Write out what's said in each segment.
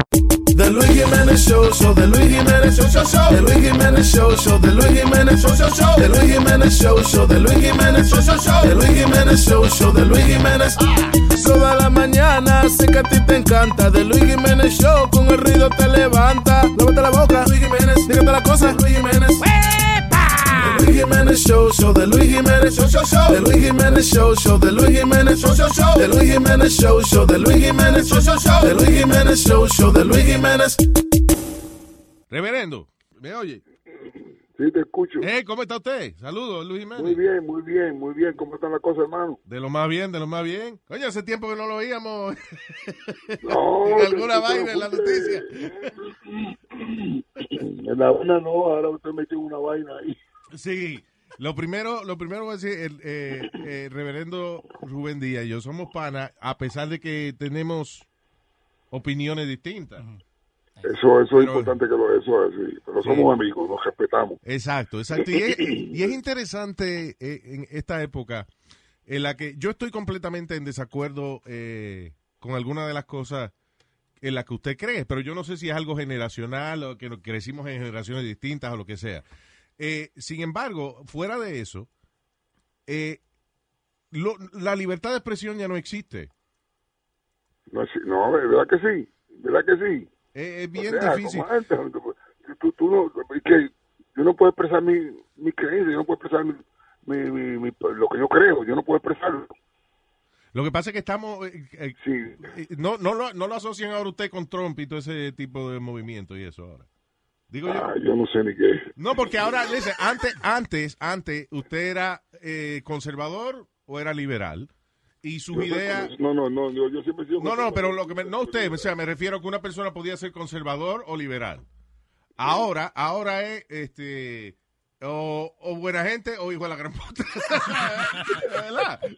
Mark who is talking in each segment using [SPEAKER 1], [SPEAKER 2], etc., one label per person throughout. [SPEAKER 1] The Luis Jimenez Show, show The Luis Jimenez Show, show, show. The Luis Jimenez Show, show The Luis Jimenez Show, show, show. The Luis Jimenez Show, show The Luis Jimenez Show, show, show. The Luis Jimenez Show, show The Luis Jimenez. Toda la mañana sé que a ti te encanta. De Luis Jiménez Show con el ruido te levanta. Lávate la boca, Luis Jiménez. Dígate la cosa, Luis Jiménez. The Ah. Luis Jiménez Show, show de Luis Jiménez, show, show, show. The Luis Jiménez Show, show de Luis Jiménez, show, show, show. The Luis Jiménez Show, show de Luis Jiménez, show, show, show. The Luis Jiménez Show, show de Luis Jiménez.
[SPEAKER 2] Reverendo, ¿me oye?
[SPEAKER 3] Sí, te escucho.
[SPEAKER 2] Eh, ¿cómo está usted? Saludos, Luis Jiménez.
[SPEAKER 3] Muy bien, muy bien, muy bien. ¿Cómo están las cosas, hermano?
[SPEAKER 2] De lo más bien, de lo más bien. Oye, hace tiempo que no lo oíamos.
[SPEAKER 3] No,
[SPEAKER 2] En alguna
[SPEAKER 3] te-
[SPEAKER 2] vaina en la noticia.
[SPEAKER 3] En la una no, ahora usted metió una vaina ahí.
[SPEAKER 2] Sí. Lo primero, lo primero voy a decir, el eh, eh, reverendo Rubén Díaz y yo somos pana, a pesar de que tenemos opiniones distintas.
[SPEAKER 3] Eso, eso
[SPEAKER 2] Pero-
[SPEAKER 3] es importante que lo eso es así. Pero somos amigos, nos respetamos.
[SPEAKER 2] Exacto, exacto. Y es, y es interesante eh, en esta época en la que yo estoy completamente en desacuerdo eh, con alguna de las cosas en las que usted cree, pero yo no sé si es algo generacional o que no- crecimos en generaciones distintas o lo que sea. Eh, sin embargo, fuera de eso, eh, lo- la libertad de expresión ya no existe.
[SPEAKER 3] No, es- no, ¿verdad que sí? ¿Verdad que sí?
[SPEAKER 2] Eh, es
[SPEAKER 3] O
[SPEAKER 2] bien
[SPEAKER 3] sea,
[SPEAKER 2] difícil.
[SPEAKER 3] como antes, tú, tú no, que yo no puedo expresar mi, mi creencia, yo no puedo expresar mi, mi- mi- mi- lo que yo creo, yo no puedo expresarlo.
[SPEAKER 2] Lo que pasa es que estamos... eh, eh,
[SPEAKER 3] Sí,
[SPEAKER 2] Eh, No, no, lo, no lo asocian ahora usted con Trump y todo ese tipo de movimiento y eso ahora. Digo
[SPEAKER 3] ah,
[SPEAKER 2] yo.
[SPEAKER 3] yo no sé ni qué.
[SPEAKER 2] No, porque ahora, dice, antes, antes, antes, usted era eh, conservador o era liberal y sus ideas...
[SPEAKER 3] No, no, no, yo, yo siempre he sido
[SPEAKER 2] No, no,
[SPEAKER 3] conservador.
[SPEAKER 2] pero lo que me- no usted, o sea, me refiero a que una persona podía ser conservador o liberal. Ahora, ahora es este o, o buena gente o hijo de la gran puta. ¿Verdad?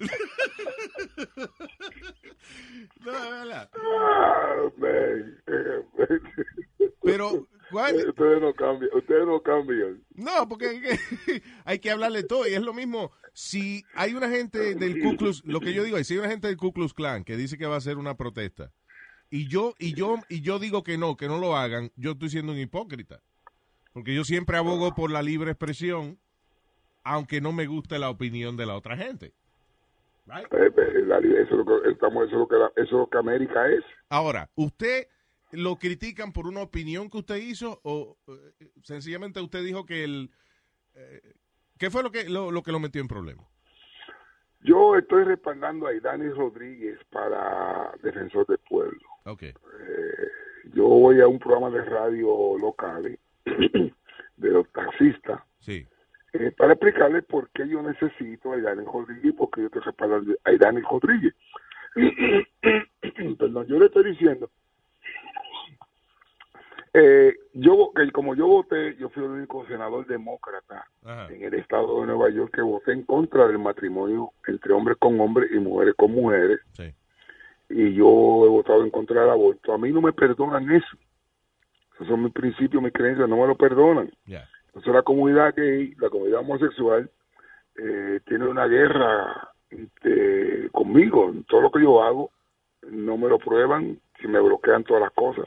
[SPEAKER 2] No, es verdad.
[SPEAKER 3] Ah, man, eh,
[SPEAKER 2] Pero ¿cuál,
[SPEAKER 3] Ustedes no cambian, ustedes no cambian.
[SPEAKER 2] No, porque hay que, hay que hablarle todo. Y es lo mismo, si hay una gente del Ku Klux, lo que yo digo es, si hay una gente del Ku Klux Klan que dice que va a hacer una protesta, y yo, y yo, y yo digo que no, que no lo hagan, yo estoy siendo un hipócrita. Porque yo siempre abogo por la libre expresión, aunque no me guste la opinión de la otra gente. Right?
[SPEAKER 3] Eh, eh, la- Eso es lo que, estamos, eso es lo que, la- eso es lo que América es.
[SPEAKER 2] Ahora, ¿usted lo critican por una opinión que usted hizo o eh, sencillamente usted dijo que el... eh, ¿Qué fue lo que lo, lo que lo metió en problemas?
[SPEAKER 3] Yo estoy respaldando a Idanis Rodríguez para Defensor del Pueblo. Eh,
[SPEAKER 2] Ok.
[SPEAKER 3] Yo voy a un programa de radio local eh, de los taxistas
[SPEAKER 2] Sí.
[SPEAKER 3] eh, para explicarles por qué yo necesito a Idanis Rodríguez, porque yo estoy respaldando a Idanis Rodríguez. Perdón, yo le estoy diciendo. eh, yo, vo- que como yo voté, yo fui el único senador demócrata
[SPEAKER 2] Ajá.
[SPEAKER 3] en el estado de Nueva York que voté en contra del matrimonio entre hombres con hombres y mujeres con mujeres
[SPEAKER 2] Sí.
[SPEAKER 3] y yo he votado en contra del aborto. A mí no me perdonan eso. Esos son mis principios, mis creencias, no me lo perdonan.
[SPEAKER 2] Ya.
[SPEAKER 3] Entonces la comunidad gay, la comunidad homosexual, eh, tiene una guerra este, conmigo. Todo lo que yo hago, no me lo prueban, si me bloquean todas las cosas.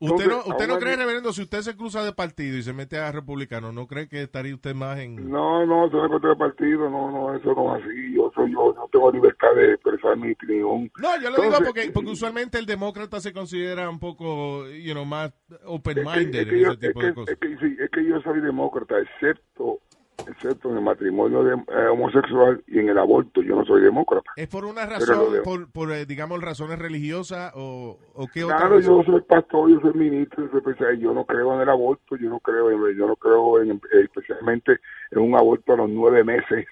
[SPEAKER 2] ¿Usted no,
[SPEAKER 3] Entonces,
[SPEAKER 2] usted no
[SPEAKER 3] ahora
[SPEAKER 2] cree,
[SPEAKER 3] que-
[SPEAKER 2] reverendo, si usted se cruza de partido y se mete a republicano, ¿no cree que estaría usted más en...?
[SPEAKER 3] No, no, eso no es contra el partido, no, no, eso no es así. Yo, soy, yo no tengo libertad de expresar mi opinión.
[SPEAKER 2] No, yo lo digo
[SPEAKER 3] Entonces-
[SPEAKER 2] porque, porque usualmente el demócrata se considera un poco, you know, más
[SPEAKER 3] Es que- es
[SPEAKER 2] open-minded
[SPEAKER 3] que
[SPEAKER 2] en
[SPEAKER 3] yo-
[SPEAKER 2] ese
[SPEAKER 3] es
[SPEAKER 2] tipo de
[SPEAKER 3] que-
[SPEAKER 2] cosas.
[SPEAKER 3] es que sí, es que yo soy demócrata, excepto excepto en el matrimonio de, eh, homosexual y en el aborto. Yo no soy demócrata.
[SPEAKER 2] ¿Es por una
[SPEAKER 3] Pero lo
[SPEAKER 2] razón,
[SPEAKER 3] veo.
[SPEAKER 2] por, por eh, digamos, razones religiosas o, o qué otra
[SPEAKER 3] Claro,
[SPEAKER 2] razón?
[SPEAKER 3] yo soy pastor, yo soy ministro, yo, soy especial- yo no creo en el aborto, yo no creo, en- yo no creo en- eh, especialmente en un aborto a los nueve meses,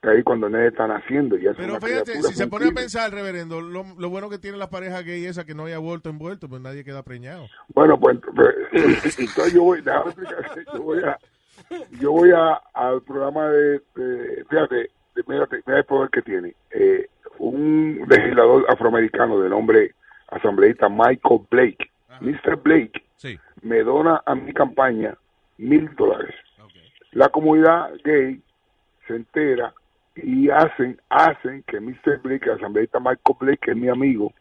[SPEAKER 3] que ahí cuando el nene está naciendo. Y
[SPEAKER 2] Pero fíjate, si se pone a pensar, reverendo, lo, lo bueno que tiene la pareja gay esa que no hay aborto envuelto, pues nadie queda preñado.
[SPEAKER 3] Bueno, pues entonces entonces yo voy, déjame explicar, yo voy a, yo voy a- al programa de, de- fíjate, de- mírate, mira el poder que tiene, Eh, un legislador afroamericano del nombre asambleísta Michael Blake,
[SPEAKER 2] Ajá.
[SPEAKER 3] Mr. Blake,
[SPEAKER 2] Sí,
[SPEAKER 3] me dona a mi campaña mil dólares.
[SPEAKER 2] ok.
[SPEAKER 3] La comunidad gay se entera y hacen, hacen que Mr. Blake, el asambleísta Michael Blake, que es mi amigo,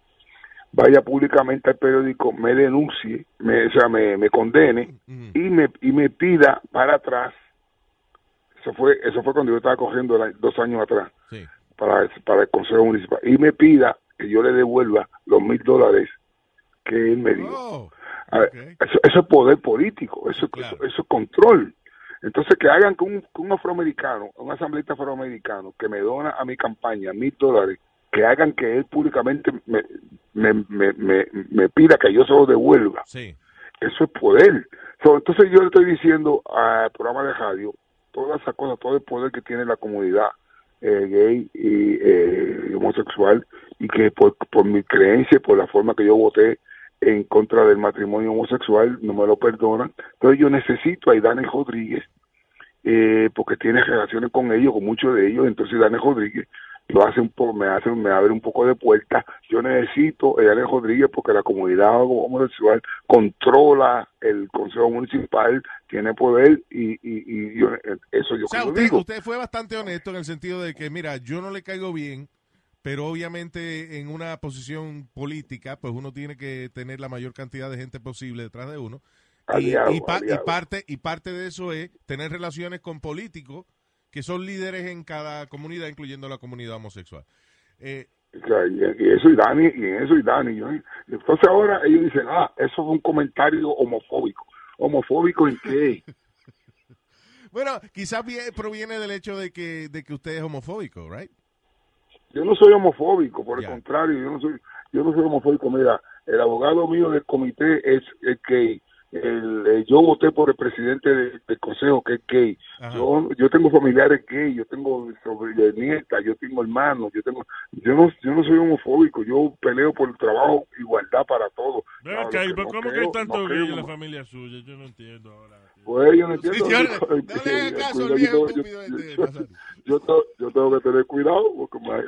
[SPEAKER 3] vaya públicamente al periódico, me denuncie, me, o sea, me, me condene y me, y me pida para atrás. Eso fue, eso fue cuando yo estaba cogiendo la- dos años atrás
[SPEAKER 2] Sí.
[SPEAKER 3] para, el- para el Consejo Municipal y me pida que yo le devuelva los mil dólares que él me dio.
[SPEAKER 2] Oh,
[SPEAKER 3] A ver,
[SPEAKER 2] ok.
[SPEAKER 3] eso, eso es poder político, eso,
[SPEAKER 2] Claro.
[SPEAKER 3] eso, eso es control. Entonces, que hagan con un, con un afroamericano, un asambleísta afroamericano que me dona a mi campaña mil dólares, que hagan que él públicamente me, me, me, me, me pida que yo se lo devuelva.
[SPEAKER 2] Sí.
[SPEAKER 3] Eso es poder. So, entonces, yo le estoy diciendo al programa de radio todas esas cosas, todo el poder que tiene la comunidad eh, gay y eh, homosexual, y que por, por mi creencia, por la forma que yo voté, en contra del matrimonio homosexual, no me lo perdonan. Entonces yo necesito a Idanes Rodríguez, eh, porque tiene relaciones con ellos, con muchos de ellos, entonces Idanes Rodríguez lo hace un poco, me hace, me abre un poco de puerta. Yo necesito a Idanes Rodríguez porque la comunidad homosexual controla el consejo municipal, tiene poder y, y, y yo- eh, eso yo
[SPEAKER 2] O sea,
[SPEAKER 3] lo
[SPEAKER 2] usted,
[SPEAKER 3] digo.
[SPEAKER 2] usted fue bastante honesto en el sentido de que, mira, yo no le caigo bien, pero obviamente en una posición política, pues uno tiene que tener la mayor cantidad de gente posible detrás de uno. Y,
[SPEAKER 3] Aliado,
[SPEAKER 2] y pa- y
[SPEAKER 3] aliado.
[SPEAKER 2] parte, y parte de eso es tener relaciones con políticos que son líderes en cada comunidad, incluyendo la comunidad homosexual. Eh,
[SPEAKER 3] O sea, y, y eso y Dani, y en eso y Dani. yo- entonces ahora ellos dicen, ah, eso fue un comentario homofóbico. ¿Homofóbico en qué?
[SPEAKER 2] bueno, quizás vie- proviene del hecho de que, de que usted es homofóbico, ¿right?
[SPEAKER 3] Yo no soy homofóbico, por el
[SPEAKER 2] Ya.
[SPEAKER 3] contrario, yo no soy yo no soy homofóbico. Mira, el abogado mío del comité es, es gay. El, eh, yo voté por el presidente de- del consejo, que es gay.
[SPEAKER 2] Ajá.
[SPEAKER 3] Yo, yo tengo familiares gay, yo tengo sobre nieta, yo tengo hermanos, yo tengo... Yo no, yo no soy homofóbico, yo peleo por el trabajo, igualdad para todos.
[SPEAKER 4] Ven
[SPEAKER 3] Claro,
[SPEAKER 4] acá, ¿y
[SPEAKER 3] que
[SPEAKER 4] por
[SPEAKER 3] no
[SPEAKER 4] ¿cómo que
[SPEAKER 3] creo-
[SPEAKER 4] hay tanto
[SPEAKER 3] no
[SPEAKER 4] gay
[SPEAKER 3] creo
[SPEAKER 4] en la
[SPEAKER 3] homo-
[SPEAKER 4] familia suya? Yo no entiendo ahora.
[SPEAKER 3] Pues yo no entiendo.
[SPEAKER 2] Señor,
[SPEAKER 3] Yo-
[SPEAKER 2] no le haga caso al
[SPEAKER 3] yo
[SPEAKER 2] viejo
[SPEAKER 3] tengo-
[SPEAKER 2] estúpido
[SPEAKER 3] yo-
[SPEAKER 2] este,
[SPEAKER 3] yo-
[SPEAKER 2] Nazario.
[SPEAKER 3] Yo, tengo- yo tengo que tener cuidado, porque ma-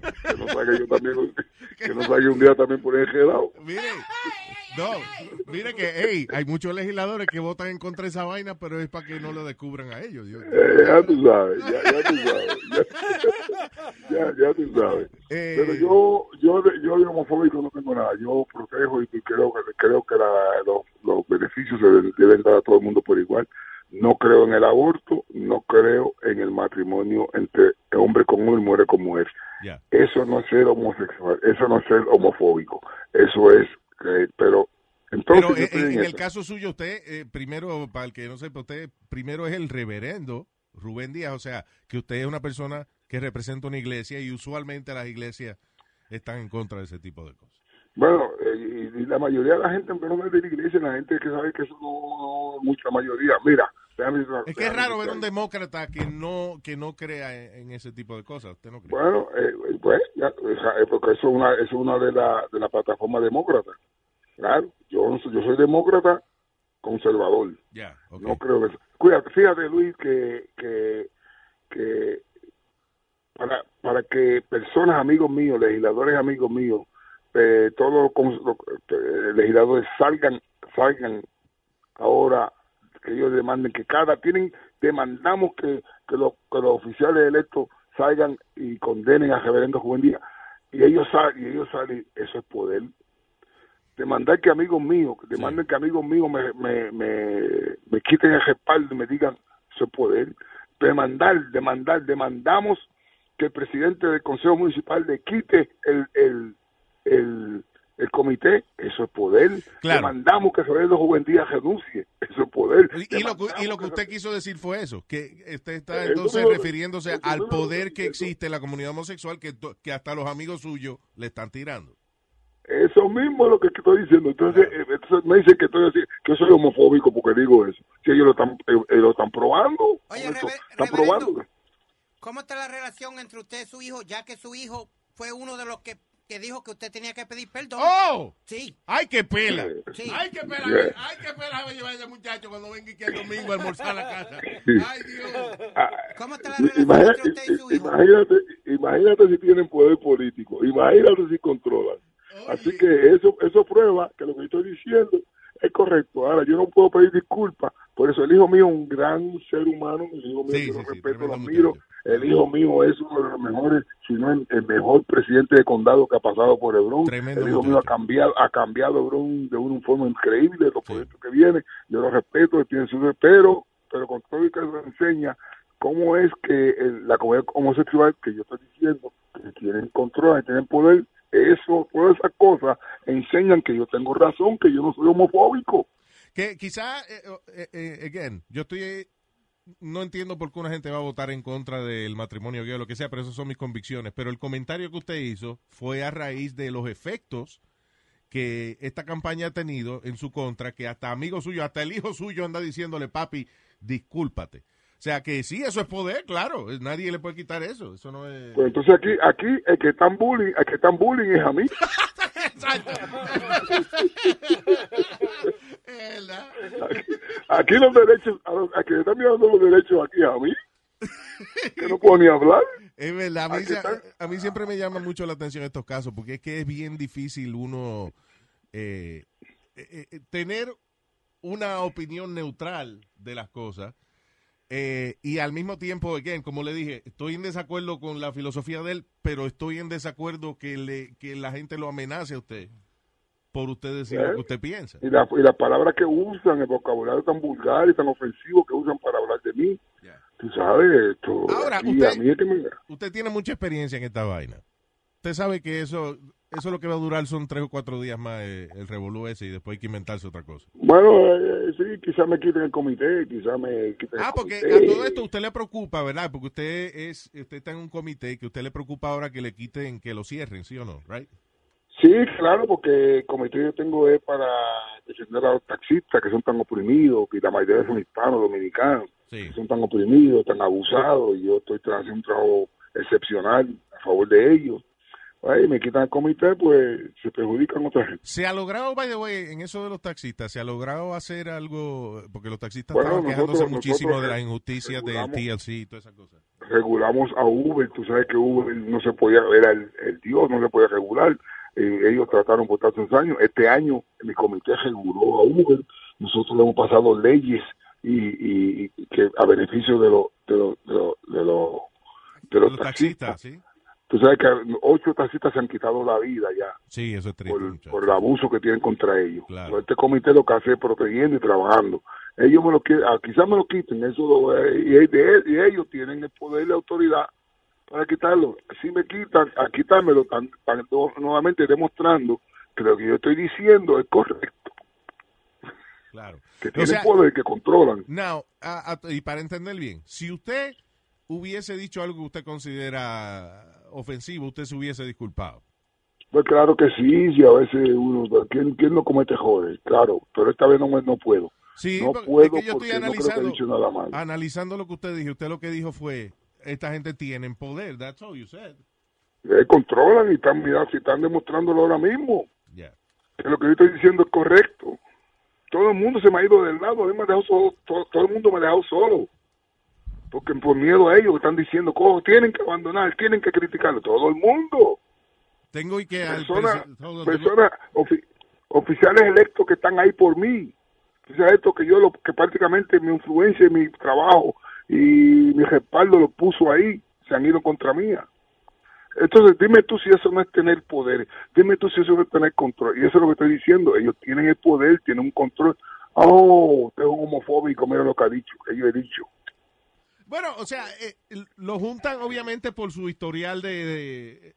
[SPEAKER 3] que no salga yo también, que no salga un día también por enredado.
[SPEAKER 2] Mire, no, mire que, hey, hay muchos legisladores que votan en contra de esa vaina, pero es para que no lo descubran a ellos. Yo-
[SPEAKER 3] Eh, ya tú sabes, ya, ya tú sabes. Ya, ya, ya tú sabes.
[SPEAKER 2] Eh.
[SPEAKER 3] Pero yo, yo, de- yo de homofóbico no tengo nada. Yo protejo y creo, que- creo que la- los, los beneficios se deben- deben dar a todo el mundo por igual. No creo en el aborto, no creo en el matrimonio entre hombre con hombre y mujer con mujer.
[SPEAKER 2] Ya.
[SPEAKER 3] Eso no es ser homosexual, eso no es ser homofóbico, eso es, eh, pero entonces
[SPEAKER 2] Pero
[SPEAKER 3] yo
[SPEAKER 2] eh,
[SPEAKER 3] estoy
[SPEAKER 2] en,
[SPEAKER 3] en
[SPEAKER 2] en el
[SPEAKER 3] eso.
[SPEAKER 2] caso suyo, usted, eh, primero, para el que no sepa, usted primero es el reverendo Rubén Díaz, o sea, que usted es una persona que representa una iglesia y usualmente las iglesias están en contra de ese tipo de cosas.
[SPEAKER 3] Bueno, eh, y, y la mayoría de la gente, aunque no es de la iglesia, la gente que sabe que eso no, no mucha mayoría, mira, déjame decir una-
[SPEAKER 2] Es que es
[SPEAKER 3] déjame
[SPEAKER 2] raro ver
[SPEAKER 3] decir
[SPEAKER 2] un
[SPEAKER 3] algo.
[SPEAKER 2] demócrata que no que no crea en, en ese tipo de cosas. Usted no cree.
[SPEAKER 3] Bueno, eh, eh, pues, ya, o sea, eh, porque eso es una, eso es una de las de la plataformas demócratas, claro, yo, no soy- yo soy demócrata conservador.
[SPEAKER 2] ya, ok.
[SPEAKER 3] No creo que Cuídate, fíjate Luis que, que, que para, para que personas, amigos míos, legisladores amigos míos, eh, todos los cons- los, eh, legisladores salgan, salgan ahora que ellos demanden que cada tienen demandamos que, que, los, que los oficiales electos salgan y condenen a reverendo Juan Díaz y ellos salen y ellos salen eso es poder demandar que amigos míos que demanden que amigos míos me, me, me, me quiten el respaldo y me digan eso es poder demandar demandar demandamos que el presidente del consejo municipal le quite el, el, el, el comité eso es poder
[SPEAKER 2] Claro.
[SPEAKER 3] demandamos que reverendo Juan Díaz renuncie eso es poder
[SPEAKER 2] Y, y lo, que- y lo que usted quiso decir fue eso, que usted está entonces
[SPEAKER 3] Eso-
[SPEAKER 2] refiriéndose
[SPEAKER 3] eso-
[SPEAKER 2] al poder que existe en la comunidad homosexual que, to- que hasta los amigos suyos le están tirando.
[SPEAKER 3] Eso mismo es lo que estoy diciendo. Entonces, eh, entonces me dicen que estoy así, que soy homofóbico porque digo eso. Si ellos lo están, eh, eh, lo están probando.
[SPEAKER 5] Oye,
[SPEAKER 3] Eso,
[SPEAKER 5] rever-
[SPEAKER 3] están
[SPEAKER 5] reverendo.
[SPEAKER 3] probando.
[SPEAKER 5] ¿Cómo está la relación entre usted y su hijo, ya que su hijo fue uno de los que, que dijo que usted tenía que pedir perdón?
[SPEAKER 2] ¡Oh!
[SPEAKER 5] Sí,
[SPEAKER 2] ¡Ay, qué pela!
[SPEAKER 5] sí.
[SPEAKER 2] ¡Ay, qué pela!
[SPEAKER 3] Yeah.
[SPEAKER 2] ¡Ay, qué pela va a llevar ese muchacho cuando venga aquí el domingo a almorzar a la casa! ¡Ay, Dios!
[SPEAKER 3] Ah,
[SPEAKER 5] ¿Cómo está la
[SPEAKER 3] i-
[SPEAKER 5] relación
[SPEAKER 3] imagina-
[SPEAKER 5] entre usted y su
[SPEAKER 3] i-
[SPEAKER 5] hijo?
[SPEAKER 3] imagínate, imagínate si tienen poder político. Imagínate si controlan. Así que eso, eso prueba que lo que yo estoy diciendo es correcto. Ahora, yo no puedo pedir disculpas Por eso el hijo mío es un gran ser humano, el hijo mío
[SPEAKER 2] Sí,
[SPEAKER 3] yo
[SPEAKER 2] sí,
[SPEAKER 3] lo
[SPEAKER 2] sí,
[SPEAKER 3] respeto, lo
[SPEAKER 2] tremendo
[SPEAKER 3] admiro.
[SPEAKER 2] muchacho.
[SPEAKER 3] el hijo mío es uno de los mejores, si no el, el mejor presidente de condado que ha pasado por el Bronx.
[SPEAKER 2] Tremendo
[SPEAKER 3] el hijo mío ha
[SPEAKER 2] muchacho.
[SPEAKER 3] cambiado, ha cambiado el Bronx de una forma increíble, los proyectos que vienen, yo lo respeto, él tiene su pero, pero con todo y que eso enseña cómo es que el- la comunidad homosexual que yo estoy diciendo, que tienen control, que tienen poder, eso, todas esas cosas enseñan que yo tengo razón, que yo no soy homofóbico.
[SPEAKER 2] Que quizá, eh, eh, eh, again, yo estoy. eh, no entiendo por qué una gente va a votar en contra del matrimonio gay o lo que sea, pero esas son mis convicciones. Pero el comentario que usted hizo fue a raíz de los efectos que esta campaña ha tenido en su contra, que hasta amigos suyos, hasta el hijo suyo anda diciéndole, papi, discúlpate. O sea que sí, eso es poder, claro. eh, Nadie le puede quitar eso. Eso no es.
[SPEAKER 3] Pues entonces aquí, aquí el que están bullying, el que están bullying es a mí.
[SPEAKER 2] Es verdad.
[SPEAKER 3] Aquí, aquí los derechos, a los, a que le están mirando los derechos aquí es a mí. Que no puedo ni hablar.
[SPEAKER 2] Es verdad, a mí,
[SPEAKER 3] Aquí
[SPEAKER 2] se-
[SPEAKER 3] está.
[SPEAKER 2] a mí siempre me llama mucho la atención estos casos, porque es que es bien difícil uno eh, eh, eh, tener una opinión neutral de las cosas. eh, y al mismo tiempo, again, como le dije, estoy en desacuerdo con la filosofía de él, pero estoy en desacuerdo que, le, que la gente lo amenace a usted por usted decir lo que usted piensa.
[SPEAKER 3] Y, la- y las palabras que usan, el vocabulario tan vulgar y tan ofensivo que usan para hablar de mí.
[SPEAKER 2] Ya.
[SPEAKER 3] Tú sabes, esto,
[SPEAKER 2] Ahora,
[SPEAKER 3] aquí
[SPEAKER 2] usted-
[SPEAKER 3] a mí es que me...
[SPEAKER 2] Usted tiene mucha experiencia en esta vaina. Usted sabe que eso, eso lo que va a durar son tres o cuatro días más eh, el revolú ese y después hay que inventarse otra cosa.
[SPEAKER 3] Bueno, eh, sí, quizás me quiten el comité, quizás me quiten el
[SPEAKER 2] Ah, porque
[SPEAKER 3] comité.
[SPEAKER 2] a todo esto usted le preocupa, ¿verdad? Porque usted es, usted está en un comité que usted le preocupa ahora que le quiten, que lo cierren, ¿sí o no? Right?
[SPEAKER 3] Sí, claro, porque el comité yo tengo es para defender a los taxistas que son tan oprimidos, que la mayoría son hispanos, dominicanos,
[SPEAKER 2] Sí.
[SPEAKER 3] que son tan oprimidos, tan abusados, y yo estoy tra- haciendo un trabajo excepcional a favor de ellos. Ay, me quitan el comité, pues se perjudican otras gente.
[SPEAKER 2] Se ha logrado, by the way, en eso de los taxistas, se ha logrado hacer algo, porque los taxistas
[SPEAKER 3] Bueno,
[SPEAKER 2] estaban quejándose
[SPEAKER 3] nosotros-
[SPEAKER 2] muchísimo
[SPEAKER 3] nosotros
[SPEAKER 2] de las injusticias del
[SPEAKER 3] regulamos.
[SPEAKER 2] TLC y todas esas cosas.
[SPEAKER 3] Regulamos a Uber, tú sabes que Uber no se podía, era el, el Dios, no se podía regular. Eh, ellos trataron por tantos años. Este año mi comité reguló a Uber. Nosotros le hemos pasado leyes y, y- y que a beneficio de, los de, los de, los de, los- de los
[SPEAKER 2] Los
[SPEAKER 3] taxistas.
[SPEAKER 2] taxistas, ¿sí?
[SPEAKER 3] Tú sabes que ocho taxistas se han quitado la vida ya
[SPEAKER 2] Sí, eso es triste,
[SPEAKER 3] por,
[SPEAKER 2] muchachos.
[SPEAKER 3] por el abuso que tienen contra ellos.
[SPEAKER 2] Claro.
[SPEAKER 3] Este comité lo que hace es protegiendo y trabajando. Ellos me lo qui- ah, quizás me lo quiten, eso lo- eh, y, es de él- y ellos tienen el poder y la autoridad para quitarlo. Si me quitan, a quitármelo, están, están no- nuevamente demostrando que lo que yo estoy diciendo es correcto,
[SPEAKER 2] Claro.
[SPEAKER 3] que
[SPEAKER 2] O
[SPEAKER 3] tienen
[SPEAKER 2] sea,
[SPEAKER 3] poder, que controlan.
[SPEAKER 2] Now, a- a- y para entender bien, si usted hubiese dicho algo que usted considera ofensivo, usted se hubiese disculpado.
[SPEAKER 3] Pues claro que sí, si a veces uno, pues, ¿quién, quién no comete errores? Claro, pero esta vez no, me- no puedo.
[SPEAKER 2] Sí,
[SPEAKER 3] no
[SPEAKER 2] porque-
[SPEAKER 3] puedo
[SPEAKER 2] es que yo
[SPEAKER 3] porque
[SPEAKER 2] estoy
[SPEAKER 3] no creo que he
[SPEAKER 2] analizando.
[SPEAKER 3] dicho nada mal.
[SPEAKER 2] analizando lo que usted dijo, usted lo que dijo fue, esta gente tiene poder, that's all you said.
[SPEAKER 3] Eh, controlan y están, mira, si están demostrándolo ahora mismo.
[SPEAKER 2] Yeah.
[SPEAKER 3] que lo que yo estoy diciendo es correcto. Todo el mundo se me ha ido del lado, a mí me ha dejado solo, todo, todo el mundo me ha dejado solo. Porque por miedo a ellos están diciendo, "Cojo, tienen que abandonar, tienen que criticarlo. Todo el mundo.
[SPEAKER 2] Tengo y que... al
[SPEAKER 3] Personas,
[SPEAKER 2] presi- hold on, tengo-
[SPEAKER 3] personas ofi- oficiales electos que están ahí por mí. O sea, esto que yo, lo, que prácticamente mi influencia y mi trabajo y mi respaldo lo puso ahí, se han ido contra mía. Entonces, dime tú si eso no es tener poder, dime tú si eso no es tener control. Y eso es lo que estoy diciendo, ellos tienen el poder, tienen un control. Oh, usted es un homofóbico, mira lo que ha dicho, que yo he dicho.
[SPEAKER 2] Bueno, o sea, eh, lo juntan obviamente por su historial de, de,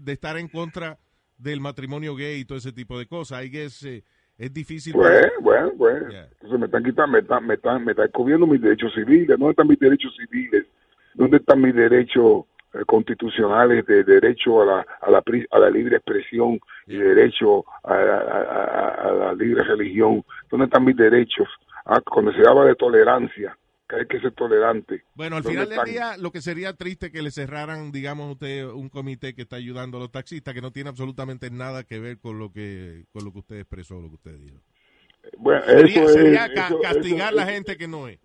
[SPEAKER 2] de estar en contra del matrimonio gay y todo ese tipo de cosas. Ahí es, es difícil.
[SPEAKER 3] Bueno, Pues, bueno, bueno.
[SPEAKER 2] Yeah.
[SPEAKER 3] Entonces me están quitando, me están, me están, me están comiendo mis derechos civiles. ¿Dónde están mis derechos civiles? ¿Dónde están mis derechos eh, constitucionales de derecho a la, a la, pri- a la libre expresión y derecho a, a- a- a- a la libre religión? ¿Dónde están mis derechos? Ah, cuando se habla de tolerancia, que hay que ser tolerante.
[SPEAKER 2] Bueno, al
[SPEAKER 3] ¿Dónde
[SPEAKER 2] final del
[SPEAKER 3] están?
[SPEAKER 2] día, lo que sería triste que le cerraran, digamos, usted un comité que está ayudando a los taxistas, que no tiene absolutamente nada que ver con lo que con lo que usted expresó, lo que usted dijo.
[SPEAKER 3] Bueno,
[SPEAKER 2] Sería,
[SPEAKER 3] eso
[SPEAKER 2] sería
[SPEAKER 3] es,
[SPEAKER 2] ca-
[SPEAKER 3] eso-
[SPEAKER 2] castigar
[SPEAKER 3] eso-
[SPEAKER 2] la gente que no es.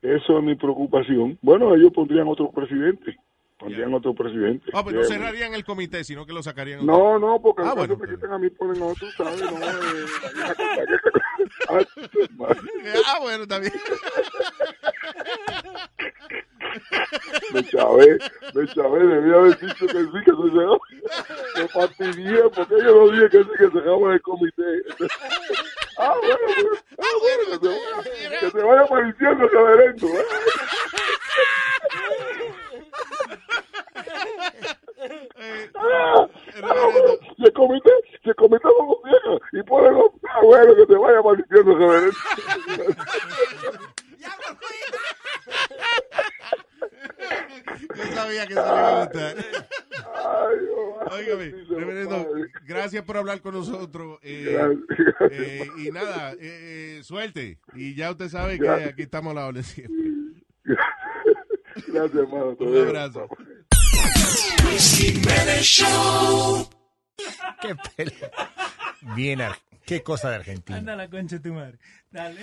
[SPEAKER 3] Eso es mi preocupación. Bueno, ellos pondrían otro presidente pondrían otro presidente.
[SPEAKER 2] Ah, pues no
[SPEAKER 3] Eh,
[SPEAKER 2] cerrarían el comité, sino que lo sacarían.
[SPEAKER 3] No, no, porque
[SPEAKER 2] Ah,
[SPEAKER 3] en
[SPEAKER 2] bueno,
[SPEAKER 3] caso me
[SPEAKER 2] pero-
[SPEAKER 3] quitan a mí, ponen a otro, ¿sabes? No, eh, Ay, madre,
[SPEAKER 2] Ah, bueno, también.
[SPEAKER 3] me chavé, me chavé, debía haber dicho que sí, que se cerraba. Me fastidié, porque yo no dije que sí, que cerraba el comité. Ah, bueno, pues, ah, bueno, que se vaya, que se vaya apareciendo reverendo. ¿eh?
[SPEAKER 2] Eh,
[SPEAKER 3] Ah, ah,
[SPEAKER 2] reverendo.
[SPEAKER 3] bueno, si el comité, si el comité no lo cierra y ponen otro, ah, bueno, que se vaya apareciendo reverendo.
[SPEAKER 2] Yo sabía que se le iba a gustar.
[SPEAKER 3] Ay, Dios, ay,
[SPEAKER 2] Óigame,
[SPEAKER 3] bendito
[SPEAKER 2] reverendo,
[SPEAKER 3] padre.
[SPEAKER 2] gracias por hablar con nosotros. eh,
[SPEAKER 3] Gracias.
[SPEAKER 2] eh, y nada, eh, eh, suerte. Y ya usted sabe que
[SPEAKER 3] Gracias.
[SPEAKER 2] aquí estamos a la orden siempre.
[SPEAKER 3] Gracias, hermano.
[SPEAKER 2] Un abrazo.
[SPEAKER 6] Qué pele- Bien, ar- qué cosa de Argentina.
[SPEAKER 7] Anda la concha de tu madre. Dale.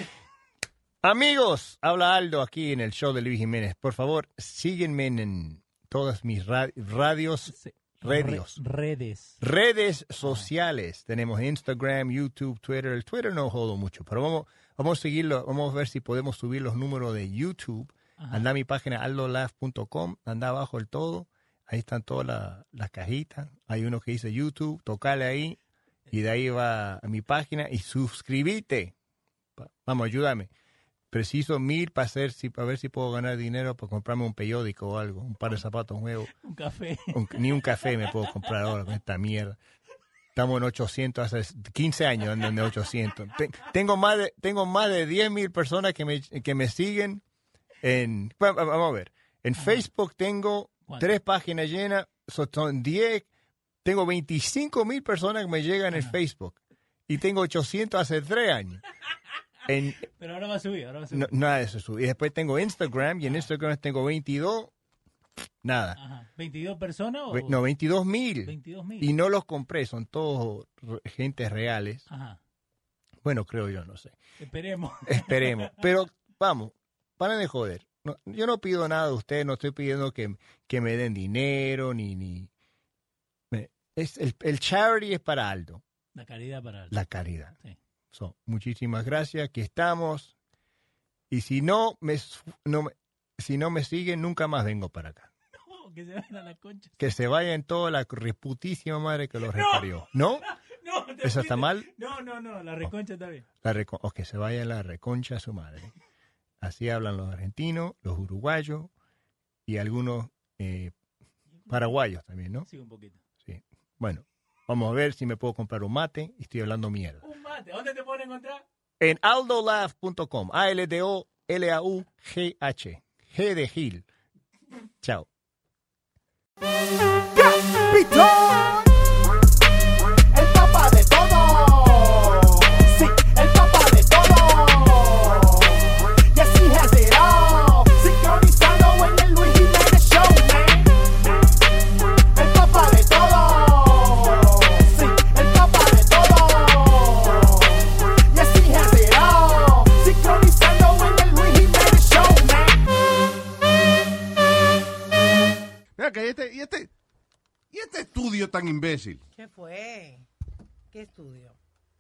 [SPEAKER 6] Amigos, habla Aldo aquí en el show de Luis Jiménez. Por favor, síguenme en todas mis ra- radios,
[SPEAKER 7] Sí.
[SPEAKER 6] radios.
[SPEAKER 7] Re- redes.
[SPEAKER 6] Redes sociales. Tenemos Instagram, YouTube, Twitter. El Twitter no jodo mucho, pero vamos, vamos a seguirlo. Vamos a ver si podemos subir los números de YouTube. Anda a mi página aldolaf.com. Anda abajo el todo. Ahí están todas la- las cajitas. Hay uno que dice YouTube. Tocale ahí. Y de ahí va a mi página y suscribite. Pa- Vamos, ayúdame. Preciso mil para hacer, si, para ver si puedo ganar dinero para comprarme un periódico o algo, un par de zapatos nuevos.
[SPEAKER 7] Un café.
[SPEAKER 6] Un- ni un café me puedo comprar ahora con esta mierda. Estamos en 800, hace 15 años ando en 800. Te- tengo más de, tengo más de 10 mil personas que me, que me siguen en... va- va- Vamos a ver. En Facebook tengo
[SPEAKER 7] ¿Cuánto?
[SPEAKER 6] tres páginas llenas, so- son 10. Tengo 25 mil personas que me llegan en Facebook. Y tengo 800 hace 3 años. En,
[SPEAKER 7] Pero ahora va a subir, ahora va a subir.
[SPEAKER 6] no- nada de eso. sub- Y después tengo Instagram y en Instagram tengo 22. Nada.
[SPEAKER 7] Ajá. ¿22 personas o
[SPEAKER 6] Ve- No, 22 mil.
[SPEAKER 7] 22 mil?
[SPEAKER 6] Y no los compré, son todos re- gentes reales.
[SPEAKER 7] Ajá.
[SPEAKER 6] Bueno, creo yo, no sé.
[SPEAKER 7] Esperemos.
[SPEAKER 6] Esperemos. Pero vamos, paren de joder. No, yo no pido nada de ustedes, no estoy pidiendo que, que me den dinero, ni... ni me- es el, el charity es para Aldo,
[SPEAKER 7] La caridad para
[SPEAKER 6] la caridad.
[SPEAKER 7] Sí.
[SPEAKER 6] So, muchísimas gracias, aquí estamos. Y si no me, su- no me- si no me siguen, nunca más vengo para acá.
[SPEAKER 7] No, que se vayan a la concha.
[SPEAKER 6] Que se vayan toda la reputísima madre que los reparió. ¿No?
[SPEAKER 7] No, te
[SPEAKER 6] ¿Eso
[SPEAKER 7] fuiste.
[SPEAKER 6] está mal?
[SPEAKER 7] No, no, no, la reconcha está bien.
[SPEAKER 6] La reco- o que se vaya la reconcha a su madre. Así hablan los argentinos, los uruguayos y algunos eh, paraguayos también, ¿no?
[SPEAKER 7] Sí, un poquito.
[SPEAKER 6] Bueno, vamos a ver si me puedo comprar un mate y estoy hablando mierda.
[SPEAKER 7] Un mate, ¿dónde te pueden encontrar?
[SPEAKER 6] En aldolaf.com, A-L-D-O-L-A-U-G-H, G de Gil. Chao.
[SPEAKER 8] El papá de todo. Sí, el papá de todo. Yes, he has it all. Sincronizado en el Luis Jiménez Show, man. El papá de todo. Sí, el papá de todo. Yes, he has it all. Sincronizado en el Luis Jiménez Show, man.
[SPEAKER 2] Mira, acá, y este, y este, y este estudio tan imbécil.
[SPEAKER 9] ¿Qué fue? ¿Qué estudio?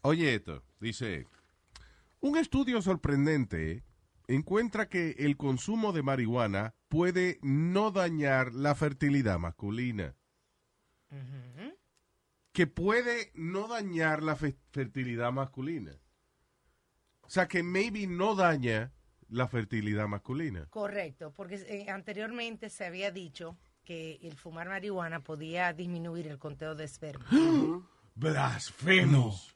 [SPEAKER 2] Oye esto, dice, un estudio sorprendente encuentra que el consumo de marihuana puede no dañar la fertilidad masculina. Que puede no dañar la fe- fertilidad masculina. O sea, que maybe no daña la fertilidad masculina.
[SPEAKER 9] Correcto, porque eh, anteriormente se había dicho que el fumar marihuana podía disminuir el conteo de esperma.
[SPEAKER 2] Blasfemos.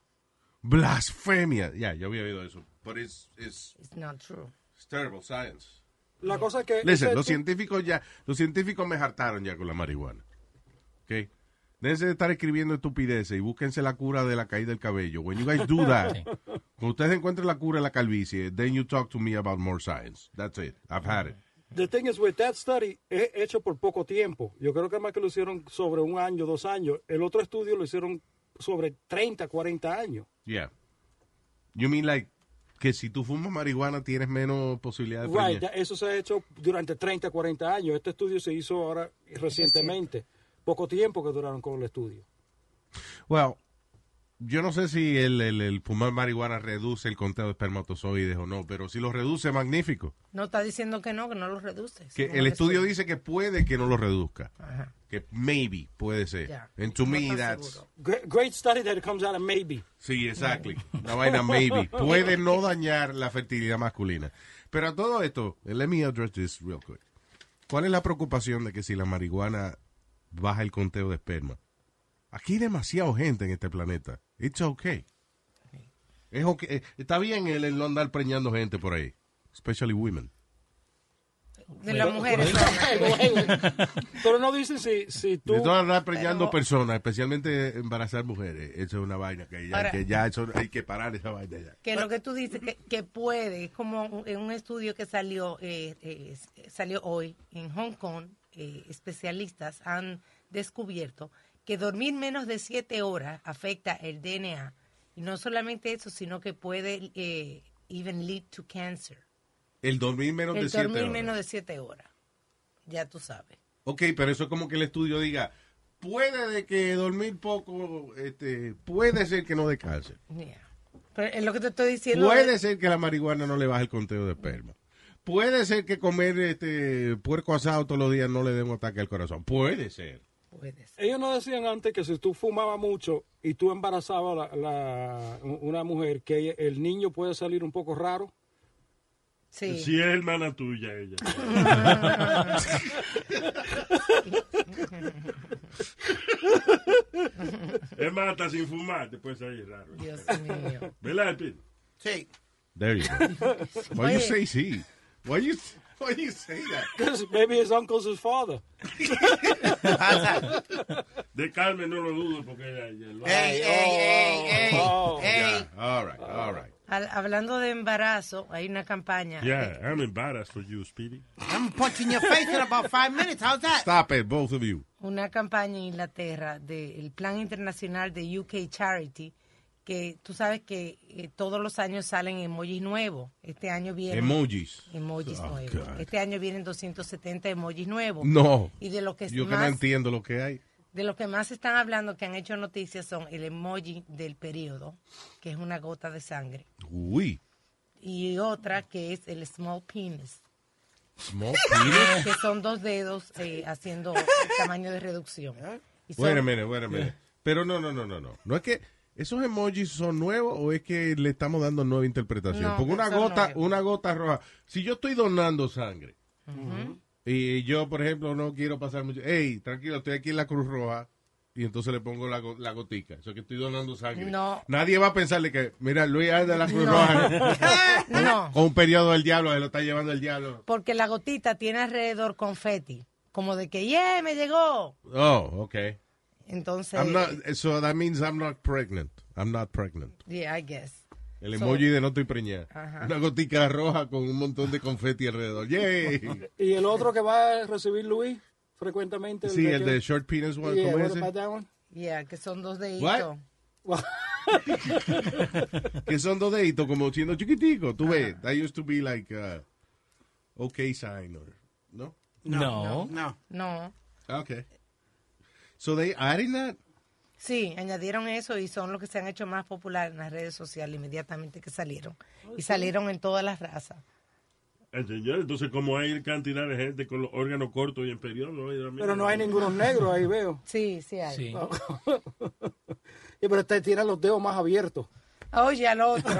[SPEAKER 2] Blasfemia. Ya, yo había oído eso. But it's, it's,
[SPEAKER 9] It's not true.
[SPEAKER 2] it's terrible science.
[SPEAKER 10] La cosa es que. este
[SPEAKER 2] Listen,
[SPEAKER 10] ese-
[SPEAKER 2] los científicos ya, los científicos me hartaron ya con la marihuana. ¿Ok? Déjense de estar escribiendo estupideces y búsquense la cura de la caída del cabello. When you guys do that, cuando ustedes encuentren la cura de la calvicie, then you talk to me about more science. That's it. I've had it.
[SPEAKER 10] The thing is, with that study, es hecho por poco tiempo. Yo creo que más que lo hicieron sobre un año, dos años. El otro estudio lo hicieron sobre 30, 40 años.
[SPEAKER 2] Yeah. You mean like que si tú fumas marihuana tienes menos posibilidad de
[SPEAKER 10] Right,
[SPEAKER 2] preñar.
[SPEAKER 10] ya eso se ha hecho durante 30, 40 años. Este estudio se hizo ahora recientemente. Poco tiempo que duraron con el estudio.
[SPEAKER 2] Well, yo no sé si el, el- el fumar marihuana reduce el conteo de espermatozoides o no, pero si lo reduce, magnífico.
[SPEAKER 9] No está diciendo que no, que no lo reduces.
[SPEAKER 2] Que
[SPEAKER 9] Como
[SPEAKER 2] el
[SPEAKER 9] que
[SPEAKER 2] estudio
[SPEAKER 9] sí.
[SPEAKER 2] dice que puede que no lo reduzca. Que maybe puede ser.
[SPEAKER 9] Ya.
[SPEAKER 2] And to me,
[SPEAKER 10] está
[SPEAKER 2] that's-
[SPEAKER 10] Great, great study that comes out of maybe.
[SPEAKER 2] Sí, exactly. Una vaina maybe. Puede no dañar la fertilidad masculina. Pero a todo esto, let me address this real quick. ¿Cuál es la preocupación de que si la marihuana baja el conteo de esperma? Aquí hay demasiada gente en este planeta. It's okay. Es okay. eh, Está bien el, el no andar preñando gente por ahí. Especially women.
[SPEAKER 9] De las mujeres.
[SPEAKER 10] Pero no dicen si, si tú...
[SPEAKER 2] De no andar preñando personas, especialmente embarazar mujeres. Eso es una vaina que ya,
[SPEAKER 9] Ahora-
[SPEAKER 2] que ya eso, hay que parar esa vaina ya.
[SPEAKER 9] Que lo que tú dices, que, que puede, es como un- en un estudio que salió, eh, eh, es- salió hoy en Hong Kong, eh, especialistas han descubierto que dormir menos de siete horas afecta el DNA. Y no solamente eso, sino que puede eh, even lead to cancer.
[SPEAKER 2] El dormir menos de
[SPEAKER 9] el
[SPEAKER 2] siete
[SPEAKER 9] dormir
[SPEAKER 2] horas.
[SPEAKER 9] menos de siete horas. Ya tú sabes.
[SPEAKER 2] Ok, pero eso es como que el estudio diga, puede de que dormir poco, este, puede ser que no descanse.
[SPEAKER 9] Yeah. Pero es lo que te estoy diciendo.
[SPEAKER 2] Puede ser que la marihuana no le baje el conteo de esperma. Puede ser que comer este puerco asado todos los días no le dé un ataque al corazón. Puede ser.
[SPEAKER 10] Ellos no decían antes que si tú fumabas mucho y tú embarazabas a la, la- una mujer, que el niño puede salir un poco raro.
[SPEAKER 9] Sí.
[SPEAKER 4] Si es hermana tuya ella. es más, hasta sin fumar, te puede salir raro.
[SPEAKER 9] Dios mío.
[SPEAKER 4] ¿Verdad, Pete?
[SPEAKER 5] Sí.
[SPEAKER 2] There you go. Why you say sí? Why you... Why you say that?
[SPEAKER 10] Because maybe his uncle's his father.
[SPEAKER 4] De Carmen no lo dudo porque ella... ella lo
[SPEAKER 5] Ey, ey, ey,
[SPEAKER 10] Oh,
[SPEAKER 5] ey, ey.
[SPEAKER 2] Yeah, all right, all right.
[SPEAKER 9] Al- hablando de embarazo, hay una campaña.
[SPEAKER 4] Yeah, I'm embarrassed for you, Speedy.
[SPEAKER 5] I'm punching your face in about five minutes. How's that?
[SPEAKER 2] Stop it, both of you.
[SPEAKER 9] una campaña en Inglaterra del Plan Internacional de UK Charity, que tú sabes que eh, todos los años salen emojis nuevos. Este año vienen
[SPEAKER 2] Emojis.
[SPEAKER 9] emojis
[SPEAKER 2] Oh,
[SPEAKER 9] nuevos.
[SPEAKER 2] God.
[SPEAKER 9] Este año vienen 270 emojis nuevos.
[SPEAKER 2] No.
[SPEAKER 9] Y de los que
[SPEAKER 2] Yo que no
[SPEAKER 9] más
[SPEAKER 2] entiendo lo que hay.
[SPEAKER 9] de los que más están hablando que han hecho noticias son el emoji del periodo, que es una gota de sangre,
[SPEAKER 2] Uy.
[SPEAKER 9] y otra que es el small penis,
[SPEAKER 2] Small penis.
[SPEAKER 9] que son dos dedos eh, haciendo tamaño de reducción.
[SPEAKER 10] Ah.
[SPEAKER 9] Y son-
[SPEAKER 2] Wait a minute, wait a minute. Pero no, no, no, no, no. No es que esos emojis son nuevos o es que le estamos dando nueva interpretación.
[SPEAKER 9] No,
[SPEAKER 2] Porque una
[SPEAKER 9] son
[SPEAKER 2] gota,
[SPEAKER 9] nuevos.
[SPEAKER 2] una gota roja. Si yo estoy donando sangre y yo, por ejemplo, no quiero pasar mucho. Hey, tranquilo, estoy aquí en la Cruz Roja. Y entonces le pongo la, go- la gotica. Eso que estoy donando sangre.
[SPEAKER 9] No.
[SPEAKER 2] Nadie va a pensarle que, mira, Luis anda en la Cruz Roja.
[SPEAKER 9] No.
[SPEAKER 2] Con un periodo del diablo, se lo está llevando el diablo.
[SPEAKER 9] Porque la gotita tiene alrededor confeti, como de que, ¡yeah, me llegó!
[SPEAKER 2] Oh, ok.
[SPEAKER 9] Entonces,
[SPEAKER 2] I'm not- so that means I'm not pregnant. I'm not pregnant.
[SPEAKER 9] yeah, I guess.
[SPEAKER 2] El
[SPEAKER 9] So-
[SPEAKER 2] emoji de no estoy preñada.
[SPEAKER 9] Ajá.
[SPEAKER 2] Una gotica roja con un montón de confeti alrededor. ¡Yay!
[SPEAKER 10] Y el otro que va a recibir Luis frecuentemente.
[SPEAKER 2] Sí, el
[SPEAKER 10] que-
[SPEAKER 2] de Short Penis One.
[SPEAKER 10] Yeah,
[SPEAKER 2] ¿Cómo
[SPEAKER 10] what
[SPEAKER 2] es
[SPEAKER 10] about
[SPEAKER 2] ese?
[SPEAKER 10] that one?
[SPEAKER 9] Yeah, que son dos
[SPEAKER 2] What?
[SPEAKER 9] deditos.
[SPEAKER 2] Que son dos deditos como siendo chiquiticos. Tú ves, that used to be like a okay sign or, ¿no? Ah,
[SPEAKER 5] No. No.
[SPEAKER 9] No.
[SPEAKER 2] Okay. So they adding that?
[SPEAKER 9] Sí, añadieron eso y son los que se han hecho más populares en las redes sociales inmediatamente que salieron. Y salieron en todas las razas.
[SPEAKER 4] El señor, entonces como hay cantidad de gente con los órganos cortos y en periodo, no hay la misma.
[SPEAKER 10] Pero no hay ninguno negro, ahí veo.
[SPEAKER 9] Sí, sí hay.
[SPEAKER 7] Sí.
[SPEAKER 10] Y pero te tiran los dedos más abiertos.
[SPEAKER 9] Oye, al otro.